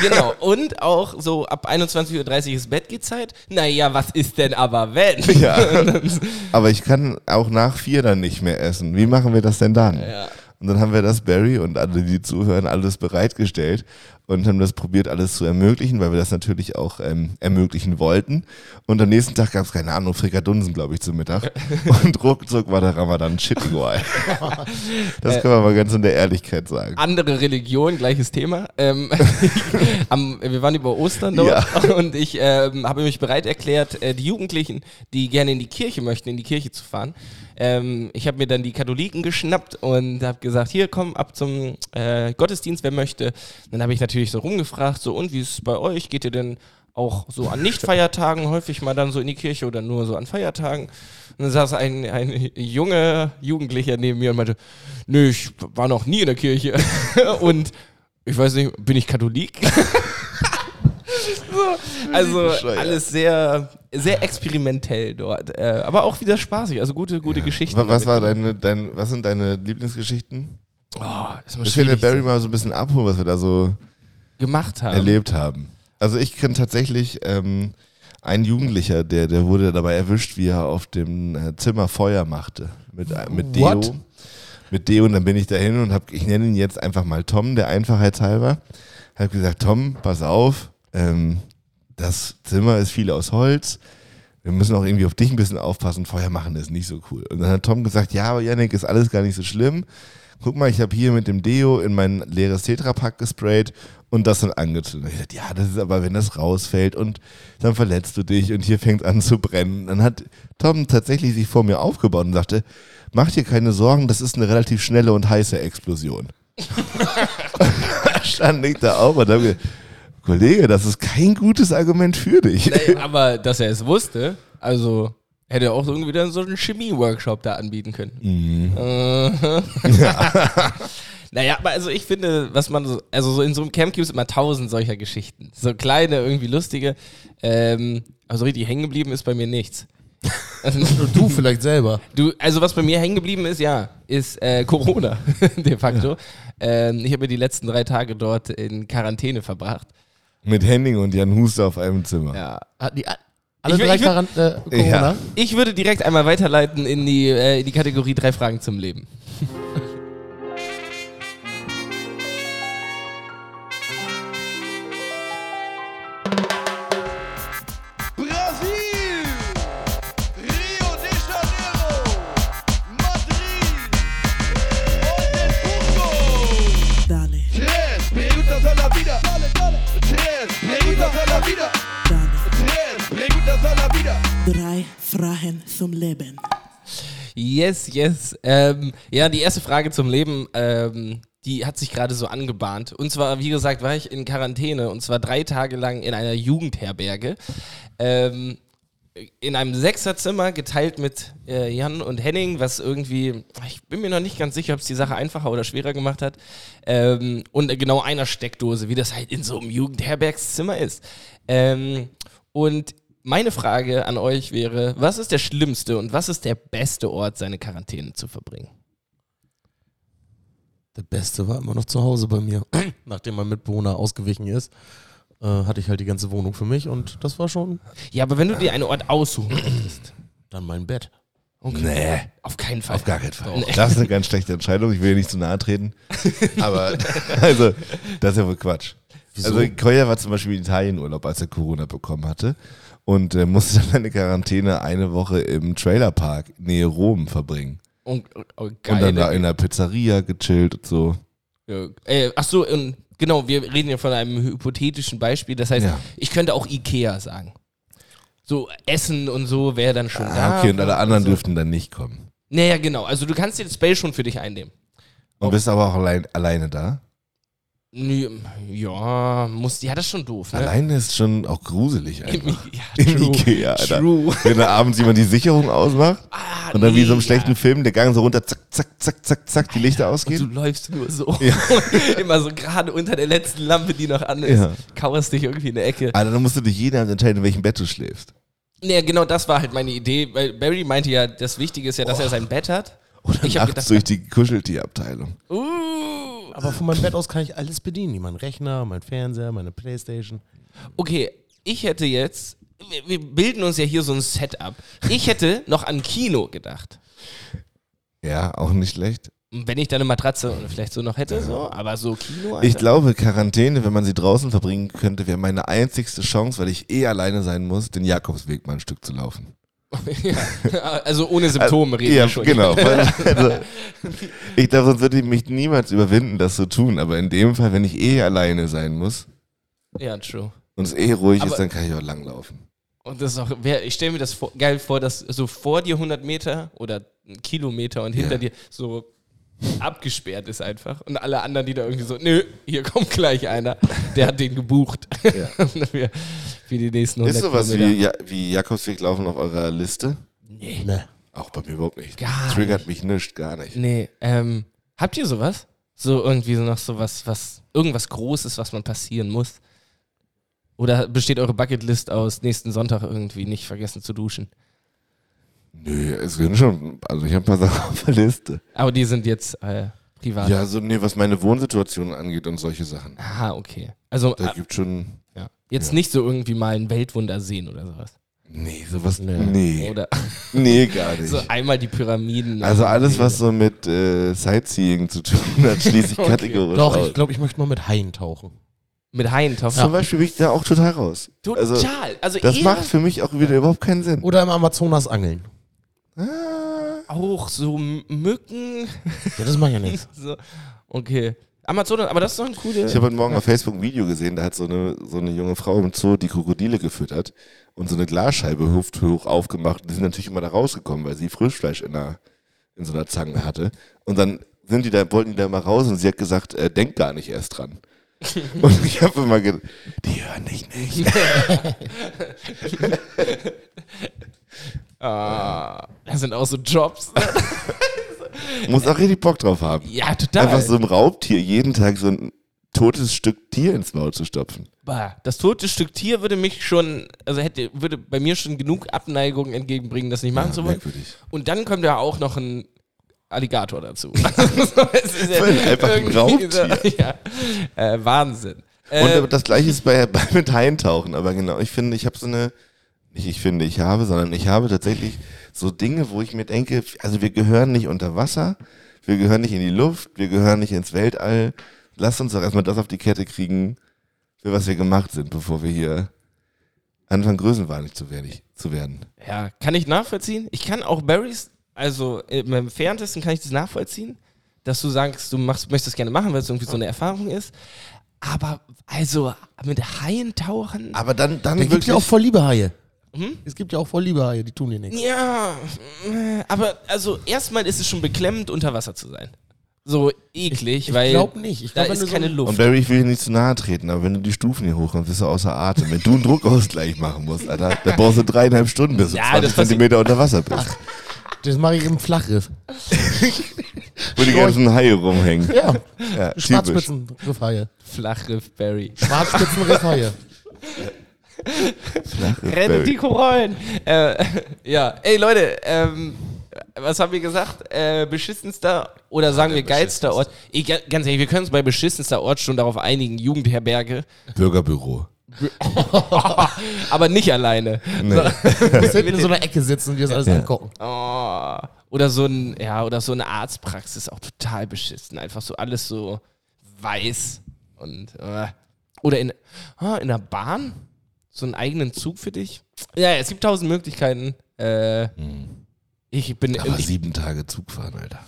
[SPEAKER 1] genau. Und auch so ab 21.30 Uhr ist Bettgehzeit. Naja, was ist denn aber wenn?
[SPEAKER 4] Ja. Aber ich kann auch nach vier dann nicht mehr essen. Wie machen wir das denn dann?
[SPEAKER 1] Ja.
[SPEAKER 4] Und dann haben wir das Barry und alle, die zuhören, alles bereitgestellt und haben das probiert, alles zu ermöglichen, weil wir das natürlich auch ähm, ermöglichen wollten. Und am nächsten Tag gab es, keine Ahnung, Frikadunsen, glaube ich, zum Mittag. Und ruckzuck war der Ramadan shit igual. Das können wir mal ganz in der Ehrlichkeit sagen.
[SPEAKER 1] andere Religion, gleiches Thema. Ähm, am, wir waren über Ostern dort und ich ähm, habe mich bereit erklärt, äh, die Jugendlichen, die gerne in die Kirche möchten, in die Kirche zu fahren. Ähm, ich habe mir dann die Katholiken geschnappt und habe gesagt, hier komm ab zum äh, Gottesdienst, wer möchte. Dann habe ich natürlich so rumgefragt, so und wie ist es bei euch? Geht ihr denn auch so an Nicht-Feiertagen häufig mal dann so in die Kirche oder nur so an Feiertagen. Und dann saß ein, ein junger Jugendlicher neben mir und meinte, nö, ich war noch nie in der Kirche. und ich weiß nicht, bin ich Katholik? so, also
[SPEAKER 4] bescheuert.
[SPEAKER 1] alles sehr, sehr experimentell dort. Äh, aber auch wieder spaßig, also gute, gute Geschichten.
[SPEAKER 4] Wa- Was, war deine, dein, was sind deine Lieblingsgeschichten?
[SPEAKER 1] Oh, ist mal
[SPEAKER 4] Ich will
[SPEAKER 1] schwierig,
[SPEAKER 4] Barry mal so ein bisschen abholen, was wir da so
[SPEAKER 1] gemacht haben.
[SPEAKER 4] erlebt haben. Also ich kenne tatsächlich ähm, einen Jugendlicher, der, der wurde dabei erwischt, wie er auf dem äh, Zimmer Feuer machte. Mit, äh, mit Deo.
[SPEAKER 5] What?
[SPEAKER 4] Mit Deo und dann bin ich dahin und hab, ich nenne ihn jetzt einfach mal Tom, der Einfachheit halber. Hab gesagt, Tom, pass auf, ähm, das Zimmer ist viel aus Holz. Wir müssen auch irgendwie auf dich ein bisschen aufpassen. Feuer machen ist nicht so cool. Und dann hat Tom gesagt, ja, aber Yannick, ist alles gar nicht so schlimm. Guck mal, ich habe hier mit dem Deo in mein leeres Tetrapack gesprayt und das dann angezündet. Ich dachte, ja, das ist aber, wenn das rausfällt und dann verletzt du dich und hier fängt an zu brennen. Dann hat Tom tatsächlich sich vor mir aufgebaut und sagte, mach dir keine Sorgen, das ist eine relativ schnelle und heiße Explosion. Stand ich da auch und habe gesagt, Kollege, das ist kein gutes Argument für dich.
[SPEAKER 1] Ey, aber dass er es wusste, also hätte er auch irgendwie dann so einen Chemie-Workshop da anbieten können. Äh, naja, aber also ich finde, was man so, also so in so einem Camp gibt es immer tausend solcher Geschichten. So kleine, irgendwie lustige. Ähm, also richtig hängen geblieben ist bei mir nichts.
[SPEAKER 5] Du vielleicht selber.
[SPEAKER 1] Also Du, also was bei mir hängen geblieben ist, ja, ist äh, Corona, de facto. Ähm, ich habe mir die letzten drei Tage dort in Quarantäne verbracht.
[SPEAKER 4] Mit Henning und Jan Huster auf einem Zimmer.
[SPEAKER 1] Ja,
[SPEAKER 5] Hatten Ah, die a- alle
[SPEAKER 1] Ich will-
[SPEAKER 5] drei
[SPEAKER 1] ich will-
[SPEAKER 5] Quarant äh, Corona?
[SPEAKER 4] Ja.
[SPEAKER 1] Ich würde direkt einmal weiterleiten in die, äh, in die Kategorie drei Fragen zum Leben.
[SPEAKER 2] Brasil, Rio de Janeiro, Madrid, Oldenburgo.
[SPEAKER 6] Dale,
[SPEAKER 2] Tres preguntas a la vida. Tres preguntas a la vida.
[SPEAKER 6] dale.
[SPEAKER 2] Tres preguntas a la vida.
[SPEAKER 6] Drei Fragen zum Leben.
[SPEAKER 1] Yes, yes. Ähm, ja, die erste Frage zum Leben, ähm, die hat sich gerade so angebahnt. Und zwar, wie gesagt, war ich in Quarantäne und zwar drei Tage lang in einer Jugendherberge. Ähm, in einem Sechserzimmer geteilt mit äh, Jan und Henning, was irgendwie, ich bin mir noch nicht ganz sicher, ob es die Sache einfacher oder schwerer gemacht hat. Ähm, und äh, genau einer Steckdose, wie das halt in so einem Jugendherbergszimmer ist. Ähm, und meine Frage an euch wäre, was ist der schlimmste und was ist der beste Ort, seine Quarantäne zu verbringen?
[SPEAKER 5] Der Beste war immer noch zu Hause bei mir. Nachdem mein Mitbewohner ausgewichen ist, äh, hatte ich halt die ganze Wohnung für mich und das war schon
[SPEAKER 1] Ja, aber wenn du dir einen Ort aussuchen möchtest,
[SPEAKER 5] dann mein Bett.
[SPEAKER 4] Nee.
[SPEAKER 1] auf keinen Fall.
[SPEAKER 4] Auf gar keinen Fall.
[SPEAKER 1] Nee.
[SPEAKER 4] Das ist eine ganz schlechte Entscheidung. Ich will dir nicht zu nahe treten. Aber also, das ist ja wohl Quatsch. Also Koya war zum Beispiel in Italienurlaub, als er Corona bekommen hatte. und äh, musste dann meine Quarantäne eine Woche im Trailerpark nähe Rom verbringen.
[SPEAKER 1] Und, oh,
[SPEAKER 4] Und dann da
[SPEAKER 1] geil.
[SPEAKER 4] in der Pizzeria gechillt und so.
[SPEAKER 1] Ja, äh, ach so, und genau, wir reden ja von einem hypothetischen Beispiel. Das heißt,
[SPEAKER 4] Ja.
[SPEAKER 1] ich könnte auch Ikea sagen. So Essen und so wäre dann schon da.
[SPEAKER 4] Ah, okay, und alle
[SPEAKER 1] also
[SPEAKER 4] anderen dürften dann nicht kommen.
[SPEAKER 1] Naja, genau. Also du kannst den Space schon für dich einnehmen.
[SPEAKER 4] Und bist aber auch allein, alleine da?
[SPEAKER 1] Nö, ja, muss, ja, das ist schon doof. Ne?
[SPEAKER 4] Alleine ist schon auch gruselig
[SPEAKER 1] Im,
[SPEAKER 4] einfach.
[SPEAKER 1] ja,
[SPEAKER 4] Im
[SPEAKER 1] true.
[SPEAKER 4] Ikea, Alter.
[SPEAKER 1] True.
[SPEAKER 4] Wenn da abends jemand die Sicherung ausmacht
[SPEAKER 1] Ah,
[SPEAKER 4] und dann wie
[SPEAKER 1] nee,
[SPEAKER 4] so einem
[SPEAKER 1] ja.
[SPEAKER 4] schlechten Film der Gang so runter, zack, zack, zack, zack, zack, die Lichter
[SPEAKER 1] Und du
[SPEAKER 4] ausgehen.
[SPEAKER 1] läufst nur so.
[SPEAKER 4] Ja.
[SPEAKER 1] Immer so gerade unter der letzten Lampe, die noch an ist.
[SPEAKER 4] Ja. Ah.
[SPEAKER 1] Kauerst dich irgendwie in der Ecke.
[SPEAKER 4] Alter, dann musst du dich jeden Abend entscheiden, in welchem Bett du schläfst.
[SPEAKER 1] Nee, genau das war halt meine Idee. Weil Barry meinte ja, das Wichtige ist ja, dass er sein Bett hat.
[SPEAKER 4] Oder
[SPEAKER 1] Ich hab
[SPEAKER 4] nachts
[SPEAKER 1] gedacht-
[SPEAKER 4] durch die Kuscheltierabteilung.
[SPEAKER 1] Uh.
[SPEAKER 5] Aber von meinem Bett aus kann ich alles bedienen. Mein Rechner, mein Fernseher, meine Playstation.
[SPEAKER 1] Okay, ich hätte jetzt, wir, wir bilden uns ja hier so ein Setup. Ich hätte noch an Kino gedacht.
[SPEAKER 4] Ja, auch nicht schlecht.
[SPEAKER 1] Und Wenn ich da eine Matratze und vielleicht so noch hätte, so, aber so Kino. Alter.
[SPEAKER 4] Ich glaube, Quarantäne, wenn man sie draußen verbringen könnte, wäre meine einzigste Chance, weil ich eh alleine sein muss, den Jakobsweg mal ein Stück zu laufen.
[SPEAKER 1] ja, also ohne Symptome reden
[SPEAKER 4] ja,
[SPEAKER 1] wir schon.
[SPEAKER 4] genau. Weil, also, ich glaube, sonst würde ich mich niemals überwinden, das zu tun. Aber in dem Fall, wenn ich eh alleine sein muss
[SPEAKER 1] Ja, true.
[SPEAKER 4] und es eh ruhig
[SPEAKER 1] Aber-
[SPEAKER 4] ist, dann kann ich auch langlaufen.
[SPEAKER 1] Und das ist auch, wer- ich stelle mir das vor, geil vor, dass so vor dir 100 Meter oder ein Kilometer und hinter
[SPEAKER 4] Ja.
[SPEAKER 1] dir so abgesperrt ist einfach. Und alle anderen, die da irgendwie so, nö, hier kommt gleich einer, der hat den gebucht. für, für die nächsten 100
[SPEAKER 4] Ist sowas wie,
[SPEAKER 1] Kilometer.
[SPEAKER 4] ja, wie Jakobsweg laufen auf eurer Liste?
[SPEAKER 5] Ne.
[SPEAKER 4] Auch bei mir überhaupt nicht.
[SPEAKER 1] Gar
[SPEAKER 4] Triggert mich nicht, gar nicht.
[SPEAKER 1] Nee, ähm, habt ihr sowas? So irgendwie so noch sowas, was, irgendwas Großes, was man passieren muss? Oder besteht eure Bucketlist aus nächsten Sonntag irgendwie nicht vergessen zu duschen?
[SPEAKER 4] Nö, es sind schon, also ich habe ein paar Sachen auf der Liste.
[SPEAKER 1] Aber die sind jetzt äh, privat.
[SPEAKER 4] Ja, so, nee, was meine Wohnsituation angeht und solche Sachen.
[SPEAKER 1] Aha, okay. Also
[SPEAKER 4] Da
[SPEAKER 1] äh,
[SPEAKER 4] gibt schon.
[SPEAKER 1] ja. jetzt
[SPEAKER 4] ja.
[SPEAKER 1] nicht so irgendwie mal ein Weltwunder sehen oder sowas.
[SPEAKER 4] Nee, sowas.
[SPEAKER 5] Nee.
[SPEAKER 4] Nee.
[SPEAKER 1] Oder
[SPEAKER 4] Nee, gar nicht.
[SPEAKER 1] so einmal die Pyramiden.
[SPEAKER 4] also alles, was so mit äh, Sightseeing zu tun hat, schließe ich
[SPEAKER 1] Okay.
[SPEAKER 4] kategorisch
[SPEAKER 5] Doch,
[SPEAKER 4] aus.
[SPEAKER 5] ich glaube, ich möchte mal mit Haien tauchen.
[SPEAKER 1] Mit Haien tauchen.
[SPEAKER 4] Zum Beispiel bin ich da auch total raus.
[SPEAKER 1] Total.
[SPEAKER 4] Also,
[SPEAKER 1] Also
[SPEAKER 4] das
[SPEAKER 1] eher
[SPEAKER 4] macht für mich auch wieder überhaupt keinen Sinn.
[SPEAKER 5] Oder im Amazonas angeln.
[SPEAKER 4] Ah,
[SPEAKER 1] auch so M- Mücken.
[SPEAKER 5] Ja, das macht ja nichts.
[SPEAKER 1] So. Okay. Amazonas, aber das ist doch ein cooles.
[SPEAKER 4] Ich habe heute Morgen auf Facebook ein Video gesehen, da hat so eine, so eine junge Frau im Zoo die Krokodile gefüttert und so eine Glasscheibe hüfthoch aufgemacht. Die sind natürlich immer da rausgekommen, weil sie Frischfleisch in, einer, in so einer Zange hatte. Und dann sind die da, wollten die da mal raus und sie hat gesagt, äh, denk gar nicht erst dran. und ich habe immer gedacht, die hören dich nicht.
[SPEAKER 1] Ah, das sind auch so Jobs.
[SPEAKER 4] Muss auch richtig Bock drauf haben.
[SPEAKER 1] ja, total.
[SPEAKER 4] Einfach so einem Raubtier jeden Tag so ein totes Stück Tier ins Maul zu stopfen.
[SPEAKER 1] Bah, das tote Stück Tier würde mich schon, also hätte, würde bei mir schon genug Abneigung entgegenbringen, das nicht machen zu wollen.
[SPEAKER 4] merkwürdig.
[SPEAKER 1] Und dann kommt ja auch noch ein Alligator dazu. Es ist ja
[SPEAKER 4] Weil einfach ein
[SPEAKER 1] irgendwie
[SPEAKER 4] Raubtier.
[SPEAKER 1] so- ja. äh, Wahnsinn.
[SPEAKER 4] Und
[SPEAKER 1] Äh,
[SPEAKER 4] aber das gleiche ist bei, bei mit Eintauchen, aber genau, ich finde, ich habe so eine, nicht ich finde, ich habe, sondern ich habe tatsächlich so Dinge, wo ich mir denke, also wir gehören nicht unter Wasser, wir gehören nicht in die Luft, wir gehören nicht ins Weltall. Lasst uns doch erstmal das auf die Kette kriegen, für was wir gemacht sind, bevor wir hier anfangen, größenwahnsinnig zu werden. Zu werden.
[SPEAKER 1] ja, kann ich nachvollziehen. Ich kann auch Barrys, also im entferntesten kann ich das nachvollziehen, dass du sagst, du machst, möchtest gerne machen, weil es irgendwie so eine Erfahrung ist. Aber also mit Haien tauchen.
[SPEAKER 4] Aber dann, dann
[SPEAKER 5] Es gibt
[SPEAKER 4] wirklich Mhm.
[SPEAKER 5] ja auch voll liebe Haie.
[SPEAKER 1] Hm?
[SPEAKER 5] Es gibt ja auch voll liebe Haie, die tun dir nichts.
[SPEAKER 1] Ja, äh, aber also erstmal ist es schon beklemmend, unter Wasser zu sein. So eklig, weil
[SPEAKER 5] glaub nicht. Ich glaub,
[SPEAKER 1] da
[SPEAKER 5] wenn du
[SPEAKER 1] ist
[SPEAKER 5] so
[SPEAKER 1] keine
[SPEAKER 5] ein-
[SPEAKER 1] Luft.
[SPEAKER 4] Und Barry, ich will dir nicht zu nahe treten, aber wenn du die Stufen hier hochkommst, bist du außer Atem. Wenn du einen Druckausgleich machen musst, Alter, da brauchst du dreieinhalb Stunden, bis du
[SPEAKER 1] Ja,
[SPEAKER 4] 20
[SPEAKER 1] das passi-
[SPEAKER 4] Zentimeter unter Wasser bist.
[SPEAKER 5] Das mache ich im Flachriff.
[SPEAKER 4] Wo die ganzen Haie rumhängen.
[SPEAKER 5] Ja.
[SPEAKER 4] Ja, typisch.
[SPEAKER 5] Schwarzspitzenriffhaie.
[SPEAKER 1] Flachriff Barry.
[SPEAKER 5] Schwarzspitzenriffhaie.
[SPEAKER 1] Rettet die
[SPEAKER 4] Barry.
[SPEAKER 1] Korallen. Äh, ja, ey Leute, ähm, was haben wir gesagt? Äh, beschissenster oder sagen wir geilster Ort? Ich, ga- ganz ehrlich, wir können uns bei beschissenster Ort schon darauf einigen, Jugendherberge,
[SPEAKER 4] Bürgerbüro.
[SPEAKER 1] aber nicht alleine.
[SPEAKER 4] Nee.
[SPEAKER 5] Muss hinten in so einer Ecke sitzen und dir das alles
[SPEAKER 4] Ja.
[SPEAKER 5] angucken.
[SPEAKER 1] Oh. Oder so ein, ja, oder so eine Arztpraxis auch total beschissen. Einfach so alles so weiß und äh, oder in, ah, in der Bahn? so einen eigenen Zug für dich? Ja, es gibt tausend Möglichkeiten. Äh, Ich bin.
[SPEAKER 4] Hm. Aber
[SPEAKER 1] Ich,
[SPEAKER 4] sieben Tage Zug fahren, Alter.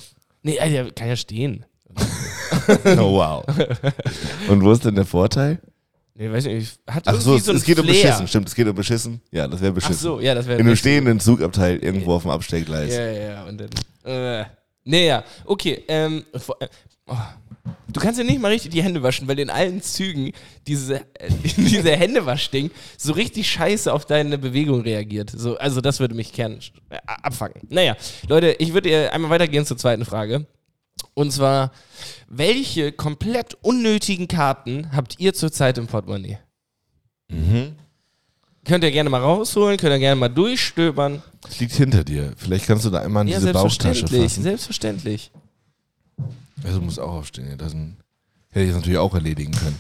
[SPEAKER 1] nee, Alter, kann ja stehen.
[SPEAKER 4] Oh, wow. Und wo ist denn der Vorteil?
[SPEAKER 1] Nee, weiß nicht. ich- Hat
[SPEAKER 4] Ach so,
[SPEAKER 1] irgendwie
[SPEAKER 4] es,
[SPEAKER 1] so ein
[SPEAKER 4] es geht um
[SPEAKER 1] Flair.
[SPEAKER 4] Beschissen. Stimmt, es geht um Beschissen. Ja, das wäre
[SPEAKER 1] Ach
[SPEAKER 4] Beschissen.
[SPEAKER 1] so, ja, das wäre.
[SPEAKER 4] In einem stehenden Zugabteil irgendwo auf dem Abstellgleis.
[SPEAKER 1] Ja, ja, ja. Und dann. Äh, nee, ja. Okay. Ähm, vor- äh, oh. Du kannst ja nicht mal richtig die Hände waschen, weil in allen Zügen diese, äh, diese Händewaschding so richtig scheiße auf deine Bewegung reagiert. So, also das würde mich kern äh, abfangen. Naja, Leute, ich würde äh, einmal weitergehen zur zweiten Frage. Und zwar, welche komplett unnötigen Karten habt ihr zurzeit im Portemonnaie? Könnt ihr gerne mal rausholen, könnt ihr gerne mal durchstöbern.
[SPEAKER 4] Das liegt hinter dir. Vielleicht kannst du da einmal in diese Bauchtasche
[SPEAKER 1] selbstverständlich,
[SPEAKER 4] fassen.
[SPEAKER 1] selbstverständlich.
[SPEAKER 4] Also muss auch aufstehen. ja, Das ist ein- hätte ich das natürlich auch erledigen können.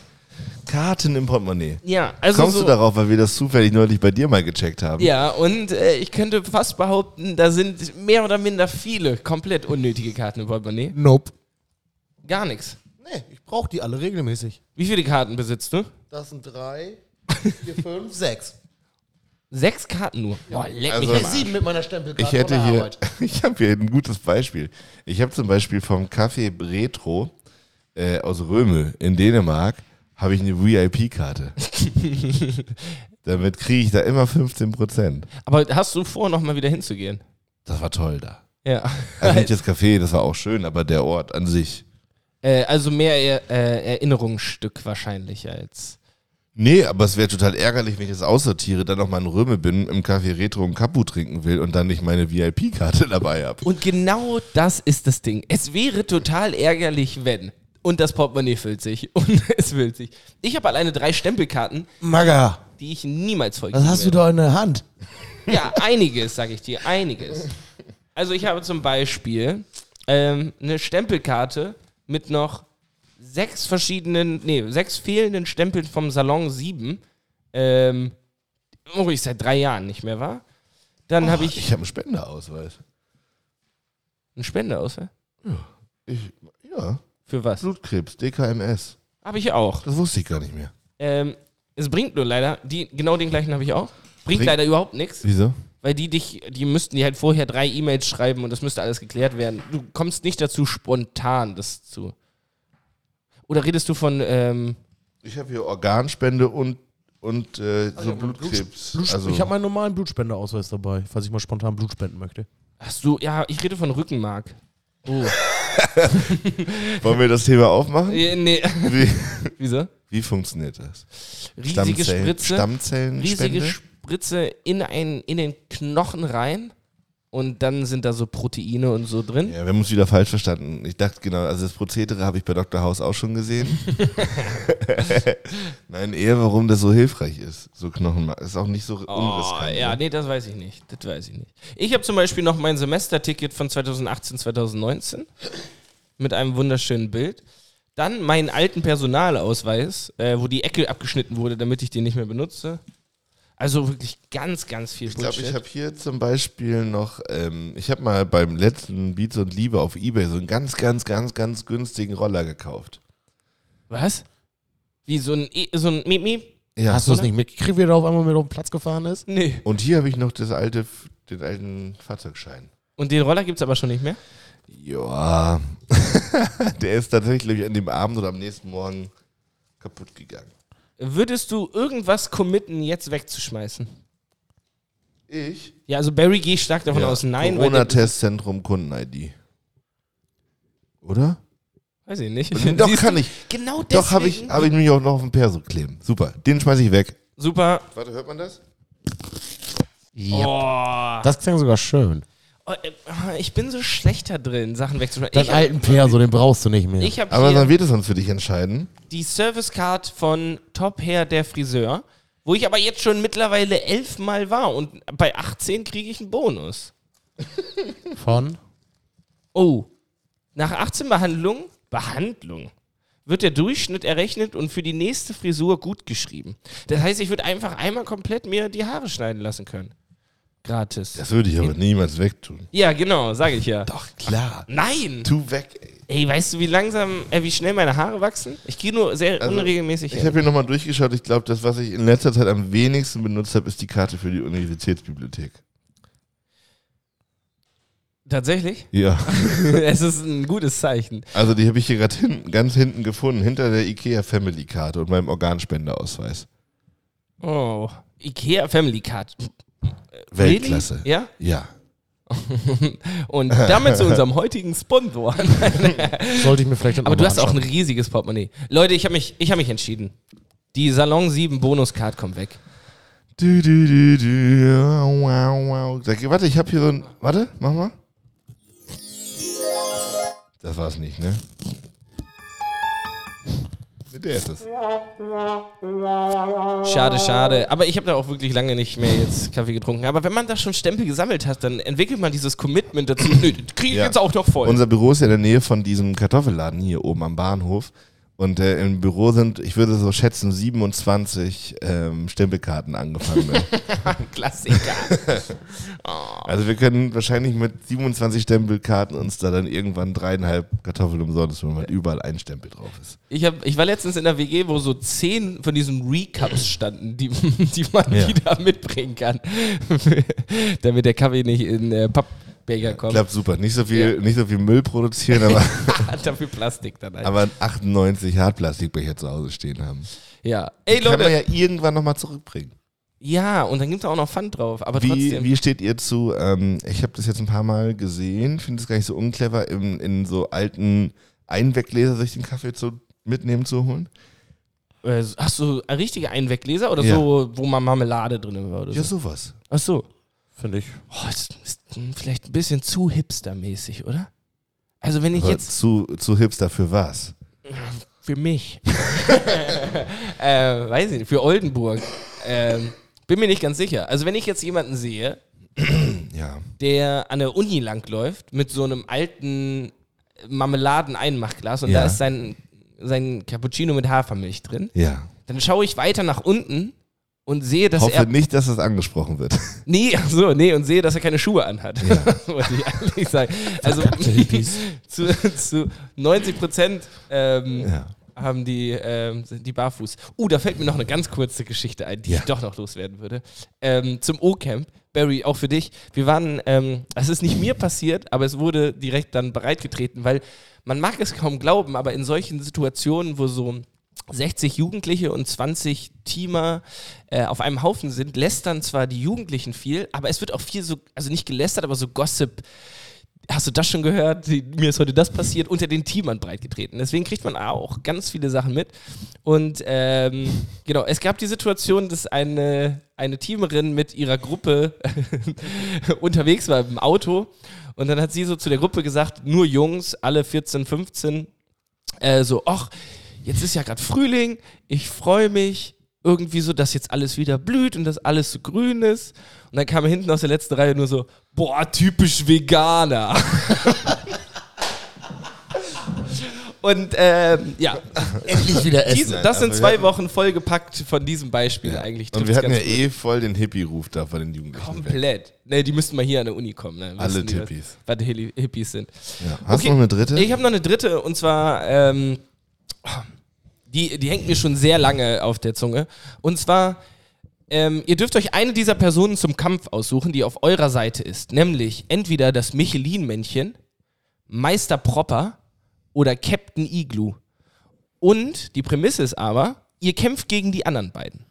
[SPEAKER 4] Karten im Portemonnaie.
[SPEAKER 1] Ja, also
[SPEAKER 4] Kommst
[SPEAKER 1] so,
[SPEAKER 4] du darauf, weil wir das zufällig neulich bei dir mal gecheckt haben?
[SPEAKER 1] Ja, und äh, ich könnte fast behaupten, da sind mehr oder minder viele komplett unnötige Karten im Portemonnaie.
[SPEAKER 5] Nope.
[SPEAKER 1] Gar nichts.
[SPEAKER 5] Nee, ich brauche die alle regelmäßig.
[SPEAKER 1] Wie viele Karten besitzt du?
[SPEAKER 5] Das sind drei, vier, fünf, sechs.
[SPEAKER 1] Sechs Karten nur. Boah, leck
[SPEAKER 4] Also-
[SPEAKER 1] mich am Arsch.
[SPEAKER 5] Sieben mit meiner Stempelkarte.
[SPEAKER 4] Ich hätte
[SPEAKER 5] von der
[SPEAKER 4] hier,
[SPEAKER 5] Arbeit.
[SPEAKER 4] ich habe hier ein gutes Beispiel. Ich habe zum Beispiel vom Café Retro äh, aus Röme in Dänemark habe ich eine VIP-Karte. Damit kriege ich da immer 15 Prozent.
[SPEAKER 1] Aber hast du vor, nochmal wieder hinzugehen?
[SPEAKER 4] Das war toll da.
[SPEAKER 1] Ja.
[SPEAKER 4] Also nicht das Café, das war auch schön, aber der Ort an sich.
[SPEAKER 1] Äh, also mehr er, äh, Erinnerungsstück wahrscheinlich als.
[SPEAKER 4] Nee, aber es wäre total ärgerlich, wenn ich das aussortiere, dann noch mal in Röme bin, im Café Retro einen Kapu trinken will und dann nicht meine VIP-Karte dabei habe.
[SPEAKER 1] Und genau das ist das Ding. Es wäre total ärgerlich, wenn. Und das Portemonnaie füllt sich. Und es füllt sich. Ich habe alleine drei Stempelkarten,
[SPEAKER 5] Maga,
[SPEAKER 1] die ich niemals vollkriegen
[SPEAKER 5] was hast du
[SPEAKER 1] werde.
[SPEAKER 5] da in der Hand?
[SPEAKER 1] Ja, einiges, sag ich dir, einiges. Also ich habe zum Beispiel ähm, eine Stempelkarte mit noch sechs verschiedenen, nee, sechs fehlenden Stempeln vom Salon 7, ähm, wo ich seit drei Jahren nicht mehr war. Dann habe
[SPEAKER 5] Oh.
[SPEAKER 1] ich
[SPEAKER 4] Ich habe einen Spenderausweis.
[SPEAKER 1] einen Spendeausweis.
[SPEAKER 4] Ich, ja,
[SPEAKER 1] Für was?
[SPEAKER 4] Blutkrebs, DKMS.
[SPEAKER 1] Habe ich auch.
[SPEAKER 4] Das wusste ich gar nicht mehr.
[SPEAKER 1] Ähm, es bringt nur leider, die, genau den gleichen habe ich auch. Bringt
[SPEAKER 4] Bringt-
[SPEAKER 1] leider überhaupt nichts,
[SPEAKER 4] Wieso?
[SPEAKER 1] weil die dich, die müssten dir halt vorher drei E-Mails schreiben und das müsste alles geklärt werden. Du kommst nicht dazu, spontan das zu. Oder redest du von, ähm,
[SPEAKER 4] Ich habe hier Organspende und, und äh, so Blutkrebs. also,
[SPEAKER 5] ich habe meinen normalen Blutspenderausweis dabei, falls ich mal spontan Blut spenden möchte.
[SPEAKER 1] hast du, ja, ich rede von Rückenmark. Oh.
[SPEAKER 4] wollen wir das Thema aufmachen?
[SPEAKER 1] äh, nee,
[SPEAKER 4] Wie,
[SPEAKER 1] wieso?
[SPEAKER 4] wie funktioniert das?
[SPEAKER 1] Riesige Spritze. riesige
[SPEAKER 4] Stammzellenspende?
[SPEAKER 1] Spritze in, ein, in den Knochen rein und dann sind da so Proteine und so drin.
[SPEAKER 4] Ja, wir haben uns wieder falsch verstanden. Ich dachte genau, also das Prozedere habe ich bei Dr. House auch schon gesehen. Nein, eher warum das so hilfreich ist, so Knochenmark. Ist auch nicht so unriskant.
[SPEAKER 1] Oh, ja,
[SPEAKER 4] ne?
[SPEAKER 1] nee, das weiß ich nicht. Das weiß ich nicht. Ich habe zum Beispiel noch mein Semesterticket von 2018, 2019 mit einem wunderschönen Bild. Dann meinen alten Personalausweis, äh, wo die Ecke abgeschnitten wurde, damit ich den nicht mehr benutze. Also wirklich ganz, ganz viel
[SPEAKER 4] Ich glaube,
[SPEAKER 1] Bullshit.
[SPEAKER 4] ich habe hier zum Beispiel noch, ähm, ich habe mal beim letzten Beats und Liebe auf Ebay so einen ganz, ganz, ganz, ganz günstigen Roller gekauft.
[SPEAKER 1] Was? Wie so ein, e so ein Miep, Miep?
[SPEAKER 4] Ja.
[SPEAKER 5] hast du es nicht mitgekriegt, wie er da auf einmal mit auf den Platz gefahren ist?
[SPEAKER 1] Nee.
[SPEAKER 4] Und hier habe ich noch das alte, F- den alten Fahrzeugschein.
[SPEAKER 1] Und den Roller gibt es aber schon nicht mehr?
[SPEAKER 4] Ja. Der ist tatsächlich, glaube ich, an dem Abend oder am nächsten Morgen kaputt gegangen.
[SPEAKER 1] Würdest du irgendwas committen, jetzt wegzuschmeißen?
[SPEAKER 4] Ich?
[SPEAKER 1] Ja, also Barry gehe ich stark davon
[SPEAKER 4] Ja,
[SPEAKER 1] aus, nein. weil der-
[SPEAKER 4] Corona-Testzentrum Kunden-ID. Oder?
[SPEAKER 1] Weiß ich nicht.
[SPEAKER 4] Doch,
[SPEAKER 1] Siehst
[SPEAKER 4] kann
[SPEAKER 1] du?
[SPEAKER 4] ich.
[SPEAKER 1] Genau deswegen.
[SPEAKER 4] Doch, habe ich, hab ich mich auch noch auf den Perso kleben. Super. Den schmeiße ich weg.
[SPEAKER 1] Super.
[SPEAKER 4] Warte, hört man das?
[SPEAKER 1] Oh.
[SPEAKER 5] Das klang sogar schön.
[SPEAKER 1] Oh, äh, ich bin so schlecht da drin, Sachen wegzuschmeißen.
[SPEAKER 5] Deinen
[SPEAKER 1] Ich hab,
[SPEAKER 5] alten Perso, den brauchst du nicht mehr.
[SPEAKER 1] ich hab
[SPEAKER 4] Aber
[SPEAKER 1] hier
[SPEAKER 4] dann wird es uns für dich entscheiden.
[SPEAKER 1] die Servicecard von Top Hair, der Friseur, wo ich aber jetzt schon mittlerweile elfmal war und bei 18 kriege ich einen Bonus.
[SPEAKER 5] Von?
[SPEAKER 1] Oh. Nach 18 Behandlungen, Behandlung, wird der Durchschnitt errechnet und für die nächste Frisur gut geschrieben. Das heißt, ich würde einfach einmal komplett mir die Haare schneiden lassen können. Gratis.
[SPEAKER 4] Das würde ich aber niemals wegtun.
[SPEAKER 1] Ja, genau, sage ich ja.
[SPEAKER 4] Doch, klar.
[SPEAKER 1] Nein!
[SPEAKER 4] Tu weg, ey.
[SPEAKER 1] Ey, weißt du, wie langsam, äh, wie schnell meine Haare wachsen? Ich gehe nur sehr
[SPEAKER 4] Also,
[SPEAKER 1] unregelmäßig
[SPEAKER 4] Ich habe
[SPEAKER 1] hin.
[SPEAKER 4] hier nochmal durchgeschaut. Ich glaube, das, was ich in letzter Zeit am wenigsten benutzt habe, ist die Karte für die Universitätsbibliothek.
[SPEAKER 1] Tatsächlich?
[SPEAKER 4] Ja.
[SPEAKER 1] es ist ein gutes Zeichen.
[SPEAKER 4] Also die habe ich hier gerade hinten, ganz hinten gefunden, hinter der IKEA Family Karte und meinem Organspendeausweis.
[SPEAKER 1] Oh. Ikea Family Card.
[SPEAKER 4] Weltklasse.
[SPEAKER 1] Really? Ja?
[SPEAKER 4] Ja.
[SPEAKER 1] Und damit zu unserem heutigen Sponsor.
[SPEAKER 5] Sollte ich mir vielleicht dann
[SPEAKER 1] Aber
[SPEAKER 5] noch
[SPEAKER 1] du
[SPEAKER 5] mal
[SPEAKER 1] hast auch ein
[SPEAKER 5] anschauen.
[SPEAKER 1] riesiges Portemonnaie. Leute, ich habe mich, ich hab mich entschieden. Die Salon 7 Bonus-Card kommt weg.
[SPEAKER 4] Du, du, du, du, wow, wow. Da, warte, ich habe hier so ein. Warte, mach mal. Das war's nicht, ne? Mit der ist es.
[SPEAKER 1] Schade, schade. Aber ich habe da auch wirklich lange nicht mehr jetzt Kaffee getrunken. Aber wenn man da schon Stempel gesammelt hat, dann entwickelt man dieses Commitment dazu. Nö, das kriege ich
[SPEAKER 4] Ja.
[SPEAKER 1] jetzt auch noch voll.
[SPEAKER 4] Unser Büro ist ja in der Nähe von diesem Kartoffelladen hier oben am Bahnhof. Und äh, im Büro sind, ich würde so schätzen, 27 ähm, Stempelkarten angefangen. Ne?
[SPEAKER 1] Klassiker.
[SPEAKER 4] Also wir können wahrscheinlich mit 27 Stempelkarten uns da dann irgendwann dreieinhalb Kartoffeln umsonst, wenn halt überall ein Stempel drauf ist.
[SPEAKER 1] Ich, hab, ich war letztens in der WG, wo so zehn von diesen Recaps standen, die, die man
[SPEAKER 4] Ja.
[SPEAKER 1] wieder mitbringen kann, damit der Kaffee nicht in äh, Pappbecher kommt.
[SPEAKER 4] Klappt super. Nicht so viel, nicht so viel Müll produzieren, aber,
[SPEAKER 1] Dafür Plastik dann. ein.
[SPEAKER 4] aber 98 Hartplastikbecher zu Hause stehen haben.
[SPEAKER 1] Ja. Ey,
[SPEAKER 4] Kann man
[SPEAKER 1] Leute.
[SPEAKER 4] ja irgendwann nochmal zurückbringen.
[SPEAKER 1] Ja, und dann gibt es auch noch Pfand drauf. Aber
[SPEAKER 4] Wie,
[SPEAKER 1] trotzdem.
[SPEAKER 4] wie steht ihr zu, ähm, ich habe das jetzt ein paar Mal gesehen, finde es gar nicht so unclever, in, in so alten Einweggläser sich den Kaffee zu, mitnehmen zu holen?
[SPEAKER 1] Äh, Hast du richtige Einweggläser oder
[SPEAKER 4] Ja.
[SPEAKER 1] so, wo man Marmelade drin war? Oder so?
[SPEAKER 4] Ja, sowas.
[SPEAKER 1] Ach so.
[SPEAKER 5] Finde ich.
[SPEAKER 1] Oh, das ist vielleicht ein bisschen zu hipstermäßig, oder? Also wenn ich
[SPEAKER 4] Aber
[SPEAKER 1] jetzt
[SPEAKER 4] zu, zu hipster für was?
[SPEAKER 1] für mich, äh, weiß ich nicht, für Oldenburg, ähm, bin mir nicht ganz sicher. Also wenn ich jetzt jemanden sehe,
[SPEAKER 4] Ja.
[SPEAKER 1] der an der Uni langläuft mit so einem alten Marmeladen-Einmachglas und
[SPEAKER 4] Ja.
[SPEAKER 1] da ist sein, sein Cappuccino mit Hafermilch drin,
[SPEAKER 4] Ja.
[SPEAKER 1] dann schaue ich weiter nach unten und sehe, dass
[SPEAKER 4] Hoffe
[SPEAKER 1] er
[SPEAKER 4] nicht, dass das angesprochen wird.
[SPEAKER 1] Nee, ach so, nee, und sehe, dass er keine Schuhe anhat. Wollte ich eigentlich sagen. Also zu, zu 90 Prozent ähm,
[SPEAKER 4] Ja.
[SPEAKER 1] haben die, ähm, sind die barfuß. Uh, da fällt mir noch eine ganz kurze Geschichte ein, die
[SPEAKER 4] Ja.
[SPEAKER 1] ich doch noch loswerden würde. Ähm, zum O-Camp. Barry, auch für dich. Wir waren, ähm, es ist nicht mir passiert, aber es wurde direkt dann bereitgetreten, weil man mag es kaum glauben, aber in solchen Situationen, wo so 60 Jugendliche und 20 Teamer äh, auf einem Haufen sind, lästern zwar die Jugendlichen viel, aber es wird auch viel so, also nicht gelästert, aber so Gossip. Hast du das schon gehört? Die- Mir ist heute das passiert, unter den Teamern breitgetreten. Deswegen kriegt man auch ganz viele Sachen mit. Und ähm, genau, es gab die Situation, dass eine, eine Teamerin mit ihrer Gruppe unterwegs war im Auto. Und dann hat sie so zu der Gruppe gesagt, nur Jungs, alle 14, 15, äh, so, ach, jetzt ist ja gerade Frühling, ich freue mich irgendwie so, dass jetzt alles wieder blüht und dass alles so grün ist. Und dann kam hinten aus der letzten Reihe nur so, boah, typisch Veganer. und ähm, ja,
[SPEAKER 5] Endlich wieder essen.
[SPEAKER 1] diese, das sind
[SPEAKER 4] also wir
[SPEAKER 1] zwei
[SPEAKER 4] hatten-
[SPEAKER 1] Wochen vollgepackt von diesem Beispiel eigentlich.
[SPEAKER 4] Und wir
[SPEAKER 1] Trifft's
[SPEAKER 4] hatten ja
[SPEAKER 1] ganz
[SPEAKER 4] eh voll den Hippie-Ruf da von den Jugendlichen. weg.
[SPEAKER 1] komplett. Ne, die müssten mal hier an der Uni kommen. Ne?
[SPEAKER 4] Alle
[SPEAKER 1] Wissen die, was-
[SPEAKER 4] Hippies.
[SPEAKER 1] Was Hilli- Hippies sind.
[SPEAKER 4] Ja. Hast
[SPEAKER 1] Okay.
[SPEAKER 4] du noch eine dritte?
[SPEAKER 1] Ich habe noch eine dritte und zwar, ähm, die, die hängt mir schon sehr lange auf der Zunge. Und zwar, ähm, ihr dürft euch eine dieser Personen zum Kampf aussuchen, die auf eurer Seite ist. Nämlich entweder das Michelin-Männchen, Meister Propper oder Captain Igloo. Und die Prämisse ist aber, ihr kämpft gegen die anderen beiden.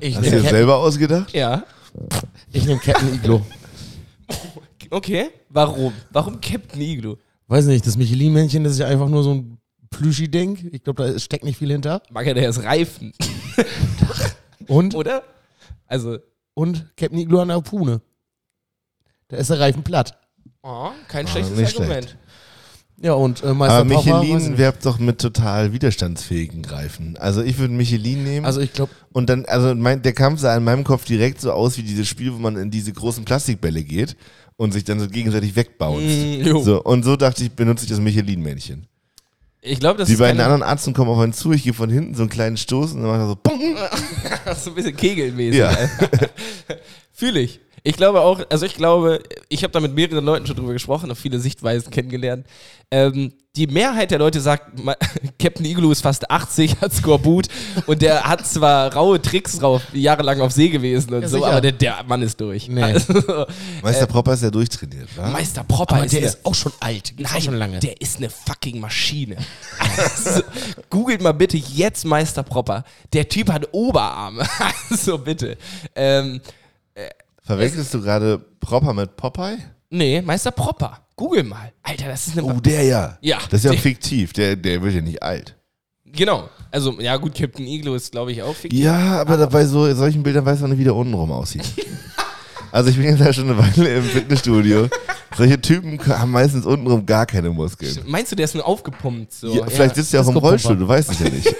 [SPEAKER 5] Ich
[SPEAKER 4] Hast du dir
[SPEAKER 5] nehme
[SPEAKER 4] das
[SPEAKER 5] Cap
[SPEAKER 4] selber ausgedacht?
[SPEAKER 1] Ja.
[SPEAKER 5] ich nehm Captain Iglo.
[SPEAKER 1] Okay. Warum? Warum Captain Igloo?
[SPEAKER 5] Weiß nicht, das Michelin-Männchen das ist ja einfach nur so ein Plüschi-Ding. Ich glaube, da steckt nicht viel hinter.
[SPEAKER 1] Mag ja der ist Reifen,
[SPEAKER 5] Und,
[SPEAKER 1] oder? Also,
[SPEAKER 5] und Captain Iglo an der Pune. Da ist der Reifen platt.
[SPEAKER 1] oh, kein
[SPEAKER 4] Ah,
[SPEAKER 1] schlechtes
[SPEAKER 4] nicht
[SPEAKER 1] Argument.
[SPEAKER 5] Ja, und äh, Meister
[SPEAKER 4] Aber
[SPEAKER 5] Papa, weiß
[SPEAKER 4] Michelin
[SPEAKER 5] ich-
[SPEAKER 4] werbt doch mit total widerstandsfähigen Reifen. Also ich würde Michelin nehmen
[SPEAKER 5] Also ich glaube,
[SPEAKER 4] und dann, also mein, der Kampf sah in meinem Kopf direkt so aus wie dieses Spiel, wo man in diese großen Plastikbälle geht und sich dann so gegenseitig wegbounced.
[SPEAKER 1] Mm, jo.
[SPEAKER 4] so, und so dachte ich, benutze ich das Michelin-Männchen.
[SPEAKER 1] Ich glaube, das
[SPEAKER 4] Die
[SPEAKER 1] ist
[SPEAKER 4] beiden
[SPEAKER 1] keine,
[SPEAKER 4] anderen Arzten kommen auf einen zu, ich gebe von hinten so einen kleinen Stoß und dann macht er so, Pong!
[SPEAKER 1] das ist so ein bisschen kegelmäßig.
[SPEAKER 4] Ja.
[SPEAKER 1] Fühle ich. Ich glaube auch, also ich glaube, ich habe da mit mehreren Leuten schon drüber gesprochen und viele Sichtweisen kennengelernt. Ähm, die Mehrheit der Leute sagt, ma- Captain Igloo ist fast 80, hat Skorbut und der hat zwar raue Tricks drauf, jahrelang auf See gewesen und
[SPEAKER 5] Ja,
[SPEAKER 1] so,
[SPEAKER 5] sicher.
[SPEAKER 1] aber der, der Mann ist durch.
[SPEAKER 5] Nee.
[SPEAKER 1] Also,
[SPEAKER 4] Meister Propper ist ja durchtrainiert, wa?
[SPEAKER 1] Meister Propper
[SPEAKER 5] Aber
[SPEAKER 1] ist,
[SPEAKER 5] der
[SPEAKER 1] eine-
[SPEAKER 5] ist auch schon alt. Gibt's
[SPEAKER 1] Nein,
[SPEAKER 5] auch schon lange.
[SPEAKER 1] der ist eine fucking Maschine. Also, googelt mal bitte jetzt Meister Propper. Der Typ hat Oberarme. Also bitte. Ähm,
[SPEAKER 4] Verwechselst du gerade Propper mit Popeye?
[SPEAKER 1] nee, Meister Propper. Google mal. Alter, das ist eine.
[SPEAKER 4] Oh, der ja.
[SPEAKER 1] Ja.
[SPEAKER 4] Das ist ja
[SPEAKER 1] Der-
[SPEAKER 4] fiktiv, der, der wird ja nicht alt.
[SPEAKER 1] Genau. Also, ja, gut, Captain Iglo ist, glaube ich, auch fiktiv.
[SPEAKER 4] Ja, aber dabei so solchen Bildern weiß man nicht, wie der untenrum aussieht. Also ich bin jetzt ja schon eine Weile im Fitnessstudio. Solche Typen haben meistens untenrum gar keine Muskeln.
[SPEAKER 1] Meinst du, der ist nur aufgepumpt? So?
[SPEAKER 4] Ja, vielleicht sitzt er auch im
[SPEAKER 5] Disco-Pumper.
[SPEAKER 4] Rollstuhl, du weißt es ja nicht.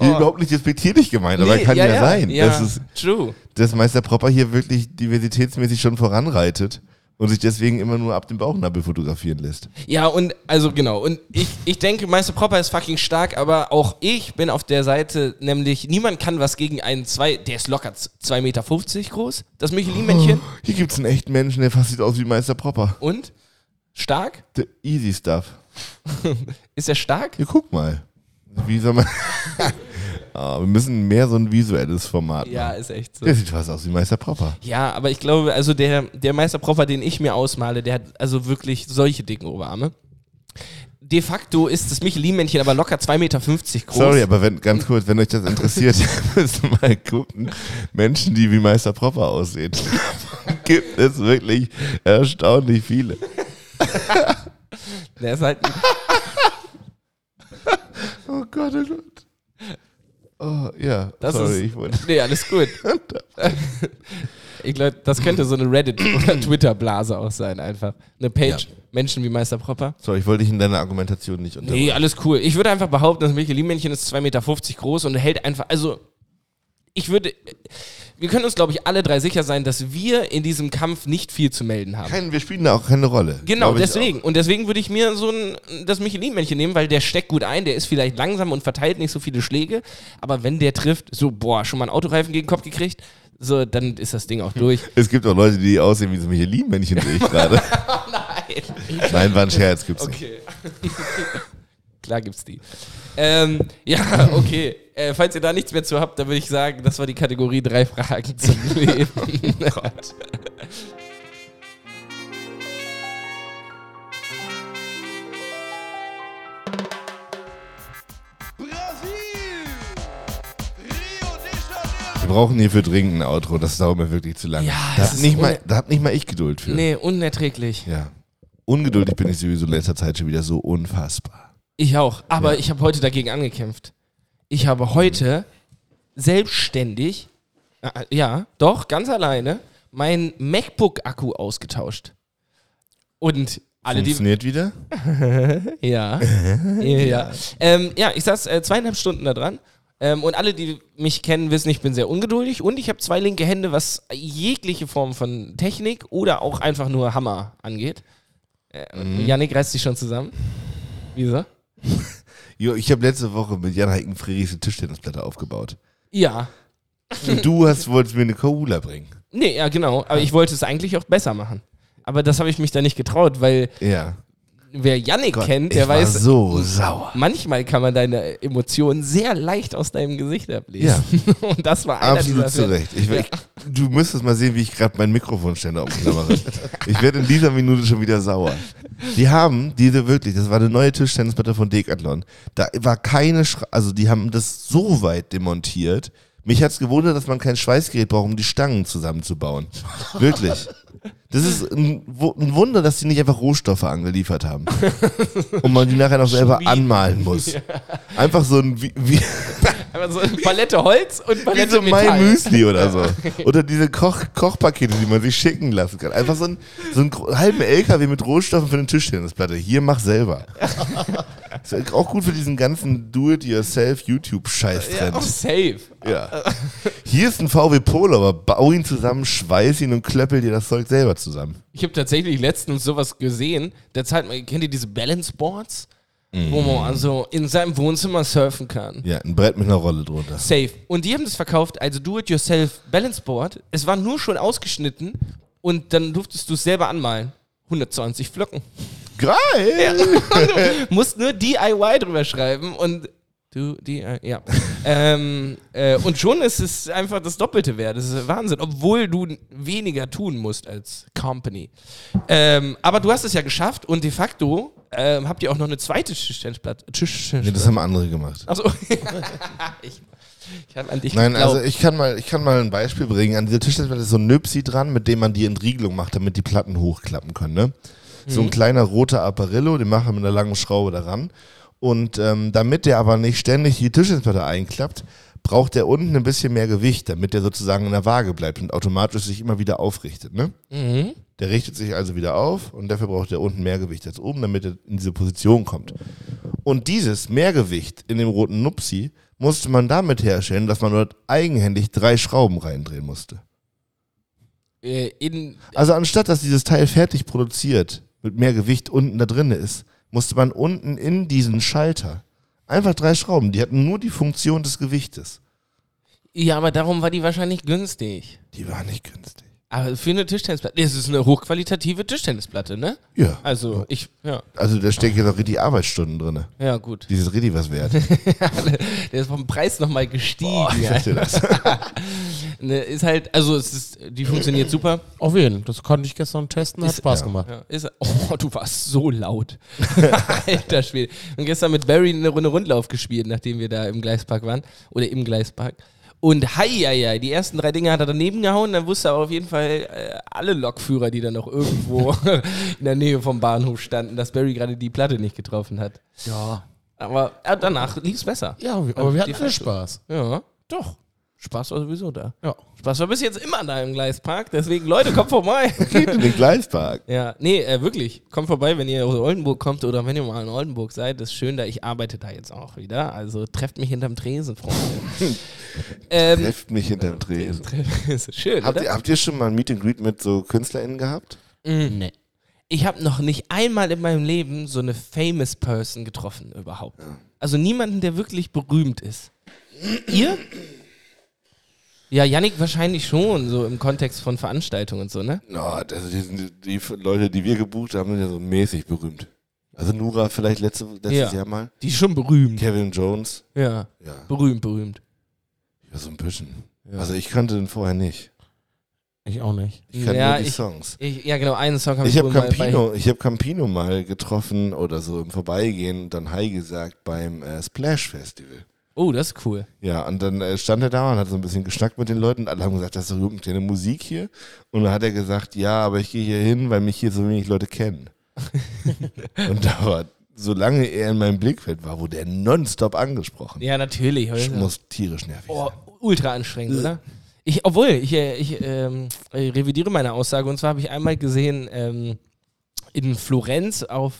[SPEAKER 4] Überhaupt nicht despektierlich gemeint, aber
[SPEAKER 1] Nee,
[SPEAKER 4] kann Oh. ja, sein.
[SPEAKER 1] Ja,
[SPEAKER 4] Das ist,
[SPEAKER 1] true.
[SPEAKER 4] dass Meister Propper hier wirklich diversitätsmäßig schon voranreitet und sich deswegen immer nur ab dem Bauchnabel fotografieren lässt.
[SPEAKER 1] Ja, und also genau. Und ich, ich denke, Meister Propper ist fucking stark, aber auch ich bin auf der Seite, nämlich niemand kann was gegen einen zwei, der ist locker z- 2,50 Meter groß, das Michelin-Männchen.
[SPEAKER 4] Hier gibt's einen echten Menschen, der fast sieht aus wie Meister Propper.
[SPEAKER 1] Und? Stark?
[SPEAKER 4] The easy stuff.
[SPEAKER 1] Ist er stark?
[SPEAKER 4] Ja, guck mal. Wie soll man. Ah, wir müssen mehr so ein visuelles Format
[SPEAKER 1] Ja,
[SPEAKER 4] machen.
[SPEAKER 1] ist echt so.
[SPEAKER 4] Der sieht fast aus wie Meister Propper.
[SPEAKER 1] Ja, aber ich glaube, also der, der Meister Propper, den ich mir ausmale, der hat also wirklich solche dicken Oberarme. De facto ist das Michelin-Männchen aber locker 2,50 Meter groß.
[SPEAKER 4] Sorry, aber wenn, ganz kurz, wenn euch das interessiert, müsst ihr mal gucken. Menschen, die wie Meister Propper aussehen, gibt es wirklich erstaunlich viele.
[SPEAKER 1] Der ist halt,
[SPEAKER 4] Oh Gott, oh Gott. Oh, ja.
[SPEAKER 1] Das
[SPEAKER 4] sorry,
[SPEAKER 1] ist-
[SPEAKER 4] ich wollte.
[SPEAKER 1] nee, alles gut. Ich glaube, das könnte so eine Reddit- oder Twitter-Blase auch sein, einfach. Eine Page, Menschen wie Meister Propper.
[SPEAKER 4] Sorry, ich wollte dich in deiner Argumentation nicht unterbrechen.
[SPEAKER 1] Nee, alles cool. Ich würde einfach behaupten, das Michelin-Männchen ist 2,50 Meter groß und hält einfach, also ich würde, wir können uns, glaube ich, alle drei sicher sein, dass wir in diesem Kampf nicht viel zu melden haben.
[SPEAKER 4] Kein, wir spielen da auch keine Rolle.
[SPEAKER 1] Genau,
[SPEAKER 4] Glaub ich
[SPEAKER 1] deswegen. Und deswegen würde ich mir so ein, das Michelin-Männchen nehmen, weil der steckt gut ein, der ist vielleicht langsam und verteilt nicht so viele Schläge, aber wenn der trifft, so, boah, schon mal einen Autoreifen gegen den Kopf gekriegt, so, dann ist das Ding auch durch.
[SPEAKER 4] auch. Es gibt auch Leute, die aussehen wie so Michelin-Männchen, sehe ich gerade.
[SPEAKER 1] Nein.
[SPEAKER 4] Nein, war ein Scherz, gibt's nicht.
[SPEAKER 1] Okay. Klar gibt's die. Ähm, ja, okay. Äh, falls ihr da nichts mehr zu habt, dann würde ich sagen, das war die Kategorie drei Fragen zum Leben. Oh Gott.
[SPEAKER 4] Wir brauchen hierfür dringend ein Outro, das dauert mir wirklich zu lange.
[SPEAKER 1] Ja,
[SPEAKER 4] da
[SPEAKER 1] das
[SPEAKER 4] hab
[SPEAKER 1] ist
[SPEAKER 4] nicht
[SPEAKER 1] un-
[SPEAKER 4] mal, Da hab nicht mal ich Geduld für.
[SPEAKER 1] Nee, unerträglich.
[SPEAKER 4] Ja. Ungeduldig bin ich sowieso in letzter Zeit schon wieder so unfassbar.
[SPEAKER 1] Ich auch. Aber ich habe heute dagegen angekämpft. Ich habe heute selbstständig, äh, ja, doch, ganz alleine, meinen MacBook-Akku ausgetauscht. Und alle, die,
[SPEAKER 4] Funktioniert wieder?
[SPEAKER 1] Ja. ja. Ja. Ähm, ja, ich saß äh, zweieinhalb Stunden da dran. Ähm, und alle, die mich kennen, wissen, ich bin sehr ungeduldig und ich habe zwei linke Hände, was jegliche Form von Technik oder auch einfach nur Hammer angeht. Äh, Yannick reißt sich schon zusammen. Wieso?
[SPEAKER 4] Jo, ich habe letzte Woche mit Jan Heiken Friedrichs eine Tischtennisplatte aufgebaut.
[SPEAKER 1] Ja.
[SPEAKER 4] Und du hast, wolltest mir eine Cola bringen.
[SPEAKER 1] Nee, ja, genau. Aber ich wollte es eigentlich auch besser machen. Aber das habe ich mich da nicht getraut, weil
[SPEAKER 4] Ja.
[SPEAKER 1] wer Yannick
[SPEAKER 4] Gott,
[SPEAKER 1] kennt,
[SPEAKER 4] ich
[SPEAKER 1] der
[SPEAKER 4] war
[SPEAKER 1] weiß,
[SPEAKER 4] so sauer.
[SPEAKER 1] manchmal kann man deine Emotionen sehr leicht aus deinem Gesicht ablesen. und das war einer
[SPEAKER 4] Absolut
[SPEAKER 1] dieser
[SPEAKER 4] zu
[SPEAKER 1] Fälle.
[SPEAKER 4] Recht. Ich, ich, du müsstest mal sehen, wie ich gerade meinen Mikrofonständer umklammere. ich werde in dieser Minute schon wieder sauer. Die haben diese wirklich, das war eine neue Tischtennisplatte von Decathlon. Da war keine, Schra also die haben das so weit demontiert. Mich hat's gewundert, dass man kein Schweißgerät braucht, um die Stangen zusammenzubauen. Wirklich. Das ist ein, Wu- ein Wunder, dass die nicht einfach Rohstoffe angeliefert haben. Und man die nachher noch selber anmalen muss. Einfach so ein, wie, wie,
[SPEAKER 1] Aber so eine Palette Holz und
[SPEAKER 4] wie
[SPEAKER 1] Palette
[SPEAKER 4] so
[SPEAKER 1] Metall.
[SPEAKER 4] mein Müsli oder so. Oder diese Koch Kochpakete, die man sich schicken lassen kann. Einfach so, ein, so einen gro- halben LKW mit Rohstoffen für eine Tischtennisplatte. Hier, mach selber. Ist auch gut für diesen ganzen
[SPEAKER 1] Ja, auch
[SPEAKER 4] Do-it-yourself-YouTube-Scheiß-Trend.
[SPEAKER 1] Oh, safe.
[SPEAKER 4] Ja. Hier ist ein VW Polo, aber bau ihn zusammen, schweiß ihn und klöppel dir das Zeug selber zusammen.
[SPEAKER 1] Ich habe tatsächlich letztens sowas gesehen. Da zahlt man, kennt ihr diese Balance Boards? wo
[SPEAKER 4] Mm.
[SPEAKER 1] man also in seinem Wohnzimmer surfen kann.
[SPEAKER 4] Ja, ein Brett mit einer Rolle drunter.
[SPEAKER 1] Safe. Und die haben das verkauft, also Do-It-Yourself Balance Board. Es war nur schon ausgeschnitten und dann durftest du es selber anmalen. 120 Flocken.
[SPEAKER 4] Geil!
[SPEAKER 1] Musst nur DIY drüber schreiben und du, DIY, ja. ähm, äh, und schon ist es einfach das Doppelte wert. Das ist Wahnsinn, obwohl du n- weniger tun musst als Company. Ähm, aber du hast es ja geschafft und de facto ähm, habt ihr auch noch eine zweite Tischtennisplatte. Tischtennisplatte.
[SPEAKER 4] Nee, das haben andere gemacht.
[SPEAKER 1] Achso. ich ich habe an dich
[SPEAKER 4] Nein,
[SPEAKER 1] geglaubt.
[SPEAKER 4] also ich kann mal, ich kann mal ein Beispiel bringen. An dieser Tischtennisplatte ist so ein Nüpsi dran, mit dem man die Entriegelung macht, damit die Platten hochklappen können. Ne? So ein kleiner roter Apparillo, den machen wir mit einer langen Schraube daran. Und ähm, damit der aber nicht ständig die Tischtennisplatte einklappt, braucht der unten ein bisschen mehr Gewicht, damit der sozusagen in der Waage bleibt und automatisch sich immer wieder aufrichtet. Ne?
[SPEAKER 1] Mhm.
[SPEAKER 4] Der richtet sich also wieder auf und dafür braucht er unten mehr Gewicht als oben, damit er in diese Position kommt. Und dieses Mehrgewicht in dem roten Nupsi musste man damit herstellen, dass man dort eigenhändig drei Schrauben reindrehen musste.
[SPEAKER 1] Äh, in,
[SPEAKER 4] Also anstatt, dass dieses Teil fertig produziert, mit mehr Gewicht unten da drin ist, musste man unten in diesen Schalter einfach drei Schrauben, die hatten nur die Funktion des Gewichtes.
[SPEAKER 1] ja, aber darum war die wahrscheinlich günstig.
[SPEAKER 4] Die war nicht günstig.
[SPEAKER 1] Aber für eine Tischtennisplatte. Es ist eine hochqualitative Tischtennisplatte, ne?
[SPEAKER 4] Ja,
[SPEAKER 1] Also ich, ja,
[SPEAKER 4] also da stecken jetzt auch richtig Arbeitsstunden drin.
[SPEAKER 1] ja gut.
[SPEAKER 4] Die sind richtig was wert.
[SPEAKER 1] Der ist vom Preis nochmal gestiegen.
[SPEAKER 4] Ich
[SPEAKER 1] ja.
[SPEAKER 4] dachte das.
[SPEAKER 1] Ne, Ist halt, also es ist, die funktioniert super.
[SPEAKER 5] Auf jeden Das konnte ich gestern testen, hat
[SPEAKER 1] Ist-
[SPEAKER 5] Spaß gemacht.
[SPEAKER 1] Ja, ist, oh, du warst so laut. Alter Schwede. Und gestern mit Barry eine Runde Rundlauf gespielt, nachdem wir da im Gleispark waren. Oder im Gleispark. Und hei, hei, hei, die ersten drei Dinge hat er daneben gehauen. Dann wusste er auf jeden Fall äh, alle Lokführer, die da noch irgendwo in der Nähe vom Bahnhof standen, dass Barry gerade die Platte nicht getroffen hat.
[SPEAKER 5] Ja.
[SPEAKER 1] Aber äh, danach lief es besser.
[SPEAKER 5] Ja, aber wir- aber wir hatten
[SPEAKER 1] die
[SPEAKER 5] alle
[SPEAKER 1] Fest-
[SPEAKER 5] Spaß.
[SPEAKER 1] Ja, doch. Spaß war sowieso da.
[SPEAKER 5] Ja.
[SPEAKER 1] Spaß war bis jetzt immer da im Gleispark, deswegen Leute, kommt vorbei.
[SPEAKER 4] Geht in den Gleispark.
[SPEAKER 1] Ja, nee, äh, wirklich. Kommt vorbei, wenn ihr aus Oldenburg kommt oder wenn ihr mal in Oldenburg seid. Das ist schön da. Ich arbeite da jetzt auch wieder. Also trefft mich hinterm Tresen, Freunde. ähm,
[SPEAKER 4] Trefft mich hinterm Tresen.
[SPEAKER 1] ist schön,
[SPEAKER 4] Habt
[SPEAKER 1] oder?
[SPEAKER 4] ihr, habt ihr schon mal ein Meet and Greet mit so KünstlerInnen gehabt?
[SPEAKER 5] Nee.
[SPEAKER 1] Mhm. Ich habe noch nicht einmal in meinem Leben so eine famous person getroffen überhaupt. Also niemanden, der wirklich berühmt ist. ihr? Ja, Yannick wahrscheinlich schon, so im Kontext von Veranstaltungen und so, ne?
[SPEAKER 4] No, das sind die, die Leute, die wir gebucht haben, sind ja so mäßig berühmt. Also Nura vielleicht letzte, letztes
[SPEAKER 1] Ja.
[SPEAKER 4] Jahr mal.
[SPEAKER 1] Die ist schon berühmt.
[SPEAKER 4] Kevin Jones.
[SPEAKER 1] Ja,
[SPEAKER 4] Ja,
[SPEAKER 1] berühmt, berühmt.
[SPEAKER 4] ja so ein bisschen. Also ich kannte den vorher nicht.
[SPEAKER 5] Ich auch nicht.
[SPEAKER 4] Ich kannte
[SPEAKER 1] Ja,
[SPEAKER 4] nur die
[SPEAKER 1] ich-
[SPEAKER 4] Songs.
[SPEAKER 1] Ich, ja, genau, einen Song habe
[SPEAKER 4] Ich habe
[SPEAKER 1] wohl mal
[SPEAKER 4] Campino, ich hab Campino mal getroffen oder so im Vorbeigehen und dann Hi gesagt beim äh, Splash Festival.
[SPEAKER 1] Bei, oh, das ist cool.
[SPEAKER 4] Ja, und dann äh, stand er da und hat so ein bisschen geschnackt mit den Leuten. Alle haben gesagt, das ist doch überhaupt keine Musik hier. Und dann hat er gesagt, ja, aber ich gehe hier hin, weil mich hier so wenig Leute kennen. und da war, solange er in meinem Blickfeld war, wurde er nonstop angesprochen.
[SPEAKER 1] Ja, natürlich.
[SPEAKER 4] Ich
[SPEAKER 1] oder?
[SPEAKER 4] muss tierisch nervig
[SPEAKER 1] Oh,
[SPEAKER 4] sein.
[SPEAKER 1] ultra anstrengend, oder? Ich, obwohl, ich, äh, ich ähm, äh, revidiere meine Aussage. Und zwar habe ich einmal gesehen, ähm, in Florenz auf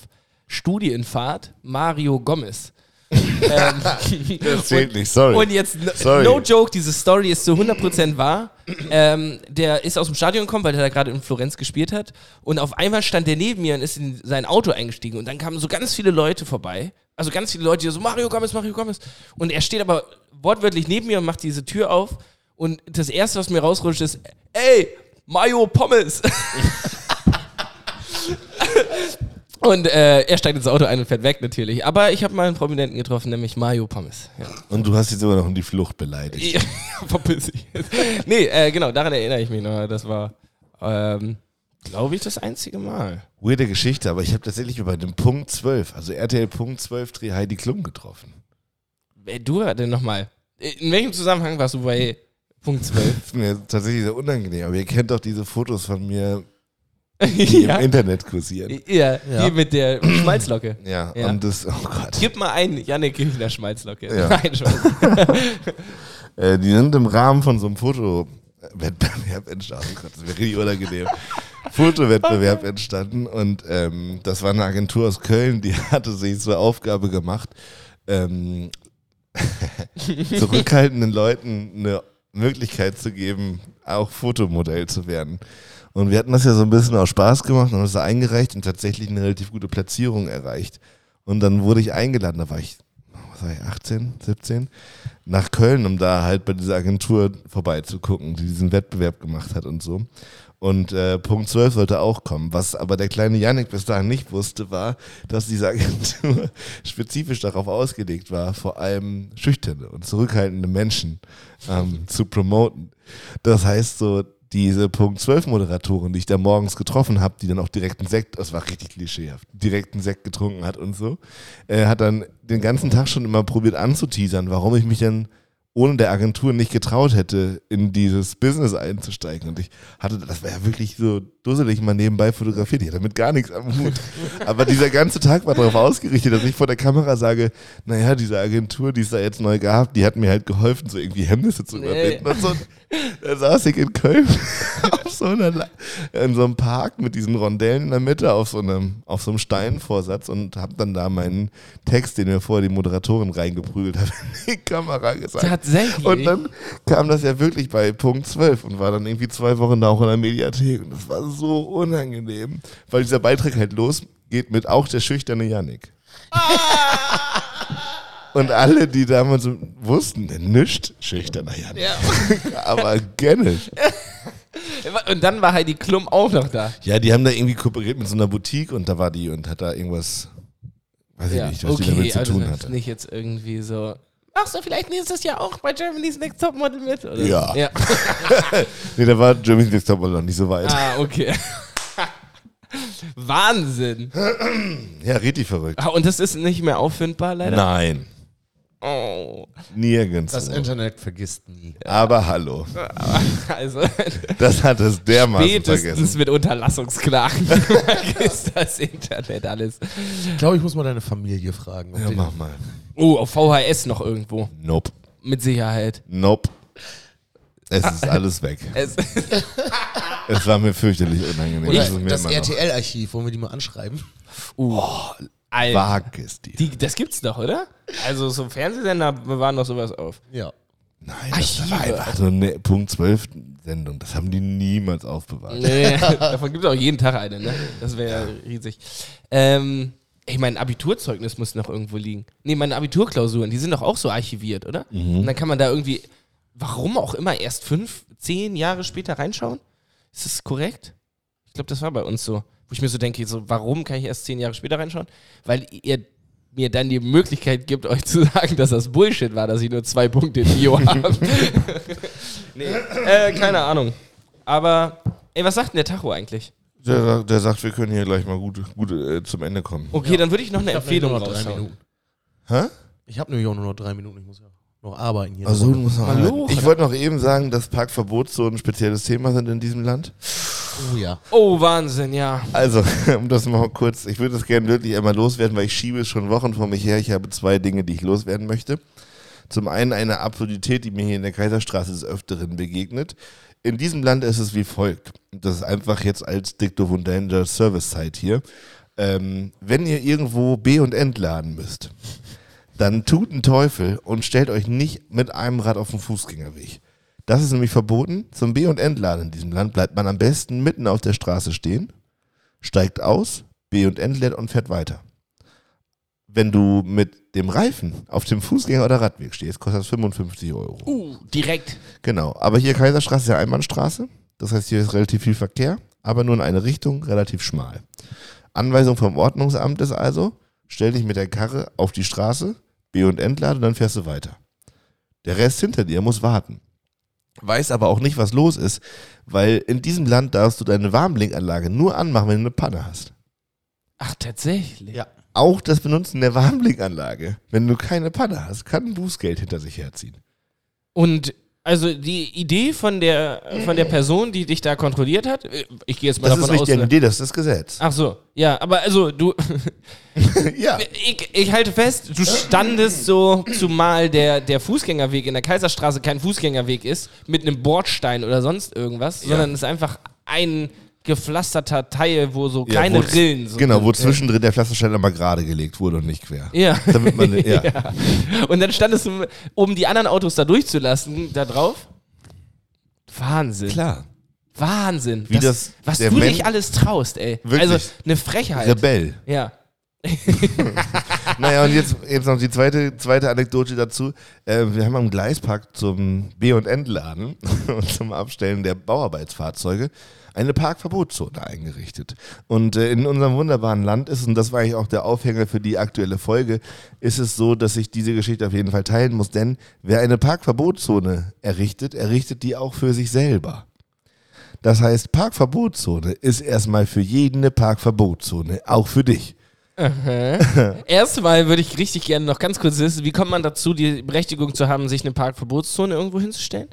[SPEAKER 1] Studienfahrt Mario Gomez. ähm,
[SPEAKER 4] Das zählt nicht, sorry.
[SPEAKER 1] Und jetzt, no,
[SPEAKER 4] Sorry.
[SPEAKER 1] no joke, diese Story ist zu 100% wahr. Ähm, der ist aus dem Stadion gekommen, weil der da gerade in Florenz gespielt hat. Und auf einmal stand der neben mir und ist in sein Auto eingestiegen. Und dann kamen so ganz viele Leute vorbei. Also ganz viele Leute, die so, Mario Gomez, Mario Gomez. Und er steht aber wortwörtlich neben mir und macht diese Tür auf. Und das Erste, was mir rausrutscht, ist, ey, Mario Pommes. Und äh, er steigt ins Auto ein und fährt weg natürlich. Aber ich habe mal einen Prominenten getroffen, nämlich Mario Pommes. Ja.
[SPEAKER 4] Und du hast ihn sogar noch in die Flucht beleidigt.
[SPEAKER 1] Ja, verpiss dich jetzt. Nee, äh, genau, daran erinnere ich mich noch. Das war, ähm, glaube ich, das einzige Mal.
[SPEAKER 4] Weirde Geschichte, aber ich habe tatsächlich bei dem Punkt 12, also RTL Punkt 12 Dreh Heidi Klum getroffen.
[SPEAKER 1] Wer du denn nochmal? In welchem Zusammenhang warst du bei Punkt 12?
[SPEAKER 4] Das ist mir tatsächlich sehr unangenehm, aber ihr kennt doch diese Fotos von mir, die
[SPEAKER 1] ja.
[SPEAKER 4] im Internet kursieren.
[SPEAKER 1] ja, hier mit der Schmalzlocke.
[SPEAKER 4] Ja,
[SPEAKER 1] Ja.
[SPEAKER 4] und das, oh Gott.
[SPEAKER 1] Gib mal einen Janik Kirchner Schmalzlocke.
[SPEAKER 4] Ja.
[SPEAKER 1] Nein, Spaß.
[SPEAKER 4] Äh, die sind im Rahmen von so einem Fotowettbewerb entstanden. Oh Gott, das wäre richtig unangenehm. Fotowettbewerb entstanden und ähm, das war eine Agentur aus Köln, die hatte sich zur Aufgabe gemacht, ähm, zurückhaltenden Leuten eine Möglichkeit zu geben, auch Fotomodell zu werden. Und wir hatten das ja so ein bisschen aus Spaß gemacht und haben es da eingereicht und tatsächlich eine relativ gute Platzierung erreicht. Und dann wurde ich eingeladen, da war ich, was war ich, 18, 17, nach Köln, um da halt bei dieser Agentur vorbeizugucken, die diesen Wettbewerb gemacht hat und so. Und äh, Punkt 12 sollte auch kommen. Was aber der kleine Yannick bis dahin nicht wusste, war, dass diese Agentur spezifisch darauf ausgelegt war, vor allem schüchterne und zurückhaltende Menschen ähm, zu promoten. Das heißt so, diese Punkt 12 Moderatorin, die ich da morgens getroffen habe, die dann auch direkt einen Sekt, das war richtig klischeehaft, direkt einen Sekt getrunken hat und so, äh, hat dann den ganzen Tag schon immer probiert anzuteasern, warum ich mich denn ohne der Agentur nicht getraut hätte, in dieses Business einzusteigen. Und ich hatte, das war ja wirklich so dusselig mal nebenbei fotografiert. Ich hatte damit gar nichts am Hut. Aber dieser ganze Tag war darauf ausgerichtet, dass ich vor der Kamera sage, naja, diese Agentur, die es da jetzt neu gab, die hat mir halt geholfen, so irgendwie Hemmnisse zu überwinden. Und so. Da saß ich in Köln auf so einer, La- in so einem Park mit diesen Rondellen in der Mitte auf so einem, auf so einem Steinvorsatz und habe dann da meinen Text, den mir vorher die Moderatorin reingeprügelt hat, in die Kamera gesagt.
[SPEAKER 1] Tatsächlich.
[SPEAKER 4] Und dann kam das ja wirklich bei Punkt 12 und war dann irgendwie zwei Wochen da auch in der Mediathek. Und das war so unangenehm, weil dieser Beitrag halt losgeht mit auch der schüchterne Yannick.
[SPEAKER 1] Ah!
[SPEAKER 4] Und alle, die damals wussten, nicht schüchterner Yannick,
[SPEAKER 1] ja.
[SPEAKER 4] aber gerne.
[SPEAKER 1] und dann war Heidi Klum auch noch da.
[SPEAKER 4] Ja, die haben da irgendwie kooperiert mit so einer Boutique und da war die und hat da irgendwas, weiß ich
[SPEAKER 1] ja.
[SPEAKER 4] nicht, was
[SPEAKER 1] okay,
[SPEAKER 4] die damit zu
[SPEAKER 1] also
[SPEAKER 4] tun
[SPEAKER 1] das
[SPEAKER 4] hatte.
[SPEAKER 1] ist nicht jetzt irgendwie so. Machst du vielleicht nächstes Jahr auch bei Germany's Next Topmodel mit? Oder?
[SPEAKER 4] Ja.
[SPEAKER 1] ja.
[SPEAKER 4] Nee, da war Jeremy's Next Top noch nicht so weit.
[SPEAKER 1] Ah, okay. Wahnsinn.
[SPEAKER 4] Ja, richtig verrückt.
[SPEAKER 1] Ah, und das ist nicht mehr auffindbar, leider.
[SPEAKER 4] Nein,
[SPEAKER 1] Oh.
[SPEAKER 4] nirgends.
[SPEAKER 5] Das Internet vergisst nie.
[SPEAKER 4] aber hallo.
[SPEAKER 1] Also,
[SPEAKER 4] Das hat es dermaßen
[SPEAKER 1] spätestens
[SPEAKER 4] vergessen.
[SPEAKER 1] mit Unterlassungsklagen vergisst das Internet alles.
[SPEAKER 5] Ich glaube, ich muss mal deine Familie fragen. ob
[SPEAKER 4] Ja,
[SPEAKER 5] die-
[SPEAKER 4] mach mal.
[SPEAKER 1] Oh, auf VHS noch irgendwo.
[SPEAKER 4] Nope.
[SPEAKER 1] Mit Sicherheit.
[SPEAKER 4] Nope. Es ist
[SPEAKER 1] Ah.
[SPEAKER 4] alles weg.
[SPEAKER 1] Es,
[SPEAKER 4] Es war mir fürchterlich unangenehm.
[SPEAKER 5] Oder
[SPEAKER 4] Das ist mir
[SPEAKER 5] das
[SPEAKER 4] immer noch-
[SPEAKER 5] RTL-Archiv, wollen wir die mal anschreiben?
[SPEAKER 1] uh,
[SPEAKER 4] Oh,
[SPEAKER 1] Alter.
[SPEAKER 4] Wag es dir.
[SPEAKER 1] Die, das gibt's doch, oder? Also so Fernsehsender bewahren doch sowas auf.
[SPEAKER 5] Ja.
[SPEAKER 4] Nein, das war einfach so eine Punkt 12 Sendung. Das haben die niemals aufbewahrt.
[SPEAKER 1] Nee, davon gibt's auch jeden Tag eine, ne? Das wäre ja riesig. Ähm, ey, mein Abiturzeugnis muss noch irgendwo liegen. Nee, meine Abiturklausuren, die sind doch auch so archiviert, oder? Und dann kann man da irgendwie, warum auch immer, erst fünf, zehn Jahre später reinschauen? Ist das korrekt? Ich glaube, das war bei uns so. Wo ich mir so denke, so, warum kann ich erst zehn Jahre später reinschauen? Weil ihr mir dann die Möglichkeit gibt, euch zu sagen, dass das Bullshit war, dass ich nur zwei Punkte in Bio habe. nee, äh, keine Ahnung. Aber, ey, was sagt denn der Tacho eigentlich?
[SPEAKER 4] Der, sagt- der sagt, wir können hier gleich mal gut, gut äh, zum Ende kommen.
[SPEAKER 1] Okay, dann würde ich noch eine Empfehlung raushauen.
[SPEAKER 5] Minuten.
[SPEAKER 4] Hä?
[SPEAKER 5] Ich habe nämlich auch nur noch drei Minuten. Ich muss ja noch arbeiten hier.
[SPEAKER 4] Also, du musst noch
[SPEAKER 1] Hallo?
[SPEAKER 4] arbeiten. Ich wollte noch eben sagen, dass Parkverbotszonen ein spezielles Thema sind in diesem Land.
[SPEAKER 5] oh ja.
[SPEAKER 1] Oh, Wahnsinn, ja.
[SPEAKER 4] Also, um das mal kurz, ich würde das gerne wirklich einmal loswerden, weil ich schiebe es schon Wochen vor mich her. Ich habe zwei Dinge, die ich loswerden möchte. Zum einen eine Absurdität, die mir hier in der Kaiserstraße des Öfteren begegnet. In diesem Land ist es wie folgt. Das ist einfach jetzt als Dicto von Danger Service Site hier. Ähm, wenn ihr irgendwo B und entladen müsst, dann tut einen Teufel und stellt euch nicht mit einem Rad auf den Fußgängerweg. Das ist nämlich verboten. Zum B- und Entladen in diesem Land bleibt man am besten mitten auf der Straße stehen, steigt aus, B- und entlädt und fährt weiter. Wenn du mit dem Reifen auf dem Fußgänger- oder Radweg stehst, kostet das 55 Euro.
[SPEAKER 1] Uh, direkt.
[SPEAKER 4] Genau. Aber hier Kaiserstraße ist ja Einbahnstraße. Das heißt, hier ist relativ viel Verkehr, aber nur in eine Richtung, relativ schmal. Anweisung vom Ordnungsamt ist also, stell dich mit der Karre auf die Straße, B- und Entlade, dann fährst du weiter. Der Rest hinter dir muss warten. Weiß aber auch nicht, was los ist, weil in diesem Land darfst du deine Warnblinkanlage nur anmachen, wenn du eine Panne hast
[SPEAKER 1] Ach, tatsächlich.
[SPEAKER 5] Ja.
[SPEAKER 4] auch das Benutzen der Warnblinkanlage, wenn du keine Panne hast, kann ein Bußgeld hinter sich herziehen.
[SPEAKER 1] Und also die Idee von der, von der Person, die dich da kontrolliert hat, äh, ich gehe jetzt mal
[SPEAKER 4] Das ist
[SPEAKER 1] davon
[SPEAKER 4] nicht
[SPEAKER 1] aus.
[SPEAKER 4] die
[SPEAKER 1] ne?
[SPEAKER 4] Idee, das ist das Gesetz.
[SPEAKER 1] Ach so, ja, aber also du,
[SPEAKER 4] ja.
[SPEAKER 1] ich, ich halte fest, du standest so, zumal der, der Fußgängerweg in der Kaiserstraße kein Fußgängerweg ist, mit einem Bordstein oder sonst irgendwas, sondern es ist einfach ein gepflasterter Teil, wo so kleine
[SPEAKER 4] wo-
[SPEAKER 1] Rillen so
[SPEAKER 4] Genau, wo
[SPEAKER 1] sind.
[SPEAKER 4] zwischendrin der Pflasterstein einmal gerade gelegt wurde und nicht quer.
[SPEAKER 1] Ja.
[SPEAKER 4] Damit man, ja.
[SPEAKER 1] Und dann standest du, um die anderen Autos da durchzulassen, da drauf. Wahnsinn.
[SPEAKER 4] Klar.
[SPEAKER 1] Wahnsinn.
[SPEAKER 4] Wie das-
[SPEAKER 1] was du
[SPEAKER 4] der
[SPEAKER 1] dich
[SPEAKER 4] Men-
[SPEAKER 1] alles traust, ey.
[SPEAKER 4] Wirklich.
[SPEAKER 1] Also eine Frechheit.
[SPEAKER 4] Rebell.
[SPEAKER 1] ja.
[SPEAKER 4] Naja, und jetzt, jetzt noch die zweite, zweite Anekdote dazu. Äh, wir haben am Gleispark zum B- und Entladen und zum Abstellen der Bauarbeitsfahrzeuge eine Parkverbotszone eingerichtet. Und äh, in unserem wunderbaren Land ist, und das war eigentlich auch der Aufhänger für die aktuelle Folge, ist es so, dass ich diese Geschichte auf jeden Fall teilen muss. Denn wer eine Parkverbotszone errichtet, errichtet die auch für sich selber. Das heißt, Parkverbotszone ist erstmal für jeden eine Parkverbotszone, auch für dich.
[SPEAKER 1] Erstmal würde ich richtig gerne noch ganz kurz wissen, wie kommt man dazu, die Berechtigung zu haben, sich eine Parkverbotszone irgendwo hinzustellen?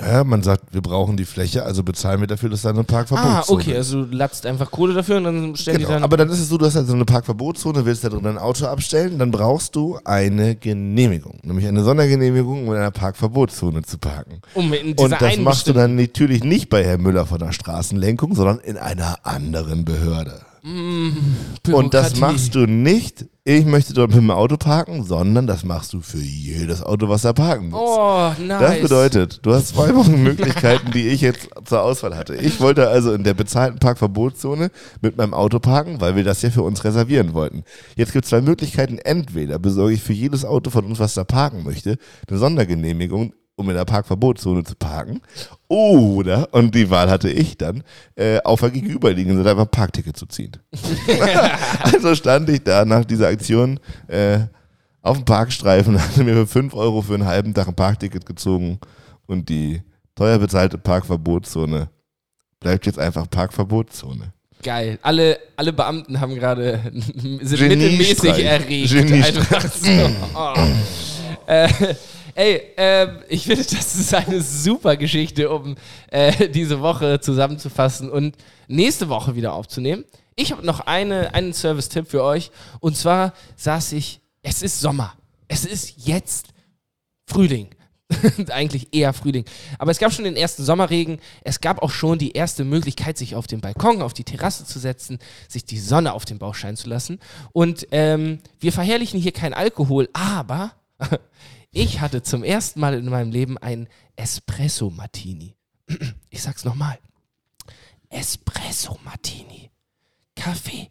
[SPEAKER 4] Ja, Äh, man sagt, wir brauchen die Fläche, also bezahlen wir dafür, dass da eine Parkverbotszone
[SPEAKER 1] Ah, okay,
[SPEAKER 4] ist.
[SPEAKER 1] also du latzt einfach Kohle dafür und dann stellen
[SPEAKER 4] Genau.
[SPEAKER 1] die dann.
[SPEAKER 4] Aber dann ist es so, du hast also eine Parkverbotszone, willst da drin ein Auto abstellen, dann brauchst du eine Genehmigung, nämlich eine Sondergenehmigung, um in einer Parkverbotszone zu parken.
[SPEAKER 1] um in dieser
[SPEAKER 4] Und das
[SPEAKER 1] einen
[SPEAKER 4] machst du
[SPEAKER 1] bestimmten-
[SPEAKER 4] dann natürlich nicht bei Herrn Müller von der Straßenlenkung, sondern in einer anderen Behörde. Und das
[SPEAKER 1] Bürokratie.
[SPEAKER 4] machst du nicht, ich möchte dort mit dem Auto parken, sondern das machst du für jedes Auto, was da parken muss.
[SPEAKER 1] Oh, nice.
[SPEAKER 4] Das bedeutet, du hast zwei Wochen Möglichkeiten, die ich jetzt zur Auswahl hatte. Ich wollte also in der bezahlten Parkverbotszone mit meinem Auto parken, weil wir das ja für uns reservieren wollten. Jetzt gibt es zwei Möglichkeiten. Entweder besorge ich für jedes Auto von uns, was da parken möchte, eine Sondergenehmigung, um in der Parkverbotszone zu parken. Oder, und die Wahl hatte ich dann, äh, auf der gegenüberliegenden Seite einfach ein Parkticket zu ziehen. also stand ich da nach dieser Aktion äh, auf dem Parkstreifen, hatte mir für 5 Euro für einen halben Tag ein Parkticket gezogen und die teuer bezahlte Parkverbotszone bleibt jetzt einfach Parkverbotszone.
[SPEAKER 1] Geil. Alle, alle Beamten haben gerade sind
[SPEAKER 4] Geniestreich.
[SPEAKER 1] mittelmäßig erregt. Also
[SPEAKER 4] Geniestreich.
[SPEAKER 1] Einfach so. oh. äh, ey, ähm, ich finde, das ist eine super Geschichte, um äh, diese Woche zusammenzufassen und nächste Woche wieder aufzunehmen. Ich habe noch eine, einen Service-Tipp für euch. Und zwar saß ich, es ist Sommer. Es ist jetzt Frühling. Eigentlich eher Frühling. Aber es gab schon den ersten Sommerregen. Es gab auch schon die erste Möglichkeit, sich auf den Balkon, auf die Terrasse zu setzen, sich die Sonne auf den Bauch scheinen zu lassen. Und ähm, wir verherrlichen hier keinen Alkohol, aber ich hatte zum ersten Mal in meinem Leben einen Espresso Martini. Ich sag's nochmal: Espresso Martini. Kaffee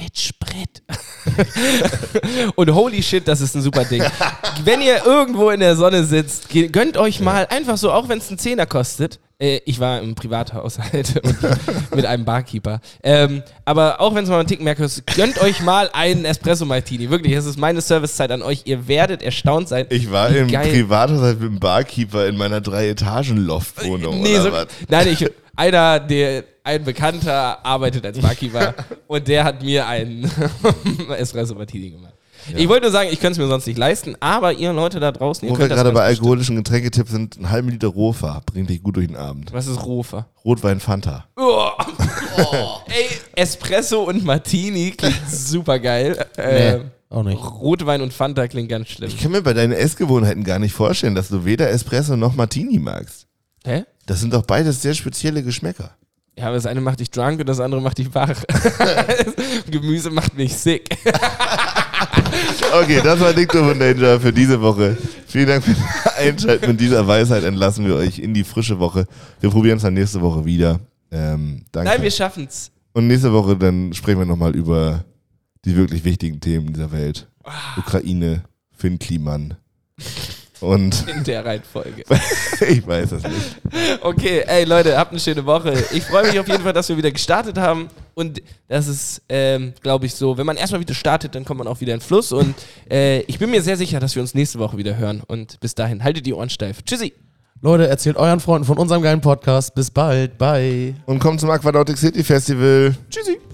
[SPEAKER 1] mit Sprit. Und holy shit, das ist ein super Ding. wenn ihr irgendwo in der Sonne sitzt, ge- gönnt euch mal einfach so, auch wenn es einen Zehner kostet. Äh, Ich war im Privathaushalt und mit einem Barkeeper. Ähm, aber auch wenn es mal einen Tick mehr kostet, gönnt euch mal einen Espresso Martini. Wirklich, es ist meine Servicezeit an euch. Ihr werdet erstaunt sein.
[SPEAKER 4] Ich war
[SPEAKER 1] wie
[SPEAKER 4] im
[SPEAKER 1] geil-
[SPEAKER 4] Privathaushalt mit dem Barkeeper in meiner Drei-Etagen-Loftwohnung
[SPEAKER 1] Nee,
[SPEAKER 4] oder
[SPEAKER 1] so,
[SPEAKER 4] was?
[SPEAKER 1] nein, ich, einer, der, ein Bekannter arbeitet als Barkeeper und der hat mir einen Espresso Martini gemacht. Ich wollte nur sagen, ich könnte es mir sonst nicht leisten, aber ihr Leute da draußen, ihr
[SPEAKER 4] Wo wir
[SPEAKER 1] könnt das
[SPEAKER 4] gerade bei
[SPEAKER 1] ganz bestimmt.
[SPEAKER 4] alkoholischen Getränketipps sind, einen halben Liter Rohfahr bringt dich gut durch den Abend.
[SPEAKER 1] Was ist Rofer?
[SPEAKER 4] Rotwein Fanta.
[SPEAKER 1] Oh, ey, Espresso und Martini klingt super geil. Äh,
[SPEAKER 5] Nee, auch nicht.
[SPEAKER 1] Rotwein und Fanta klingt ganz schlimm.
[SPEAKER 4] Ich kann mir bei deinen Essgewohnheiten gar nicht vorstellen, dass du weder Espresso noch Martini magst.
[SPEAKER 1] Hä?
[SPEAKER 4] Das sind doch beides sehr spezielle Geschmäcker.
[SPEAKER 1] Ja, aber das eine macht dich drunk und das andere macht dich wach. Gemüse macht mich sick.
[SPEAKER 4] Okay, das war Dicto von Danger für diese Woche. Vielen Dank für das Einschalten. Mit dieser Weisheit entlassen wir euch in die frische Woche. Wir probieren es dann nächste Woche wieder. Ähm, danke.
[SPEAKER 1] Nein, wir schaffen's.
[SPEAKER 4] Und nächste Woche dann sprechen wir nochmal über die wirklich wichtigen Themen dieser Welt.
[SPEAKER 1] Ah.
[SPEAKER 4] Ukraine, Finn Kliman. Und
[SPEAKER 1] In der Reihenfolge.
[SPEAKER 4] ich weiß es nicht.
[SPEAKER 1] Okay, ey Leute, habt eine schöne Woche. Ich freue mich auf jeden Fall, dass wir wieder gestartet haben. Und das ist, ähm, glaube ich, so. Wenn man erstmal wieder startet, dann kommt man auch wieder in den Fluss. Und äh, ich bin mir sehr sicher, dass wir uns nächste Woche wieder hören. Und bis dahin, haltet die Ohren steif. Tschüssi.
[SPEAKER 5] Leute, erzählt euren Freunden von unserem geilen Podcast. Bis bald. Bye.
[SPEAKER 4] Und kommt zum Aquadotic City Festival.
[SPEAKER 1] Tschüssi.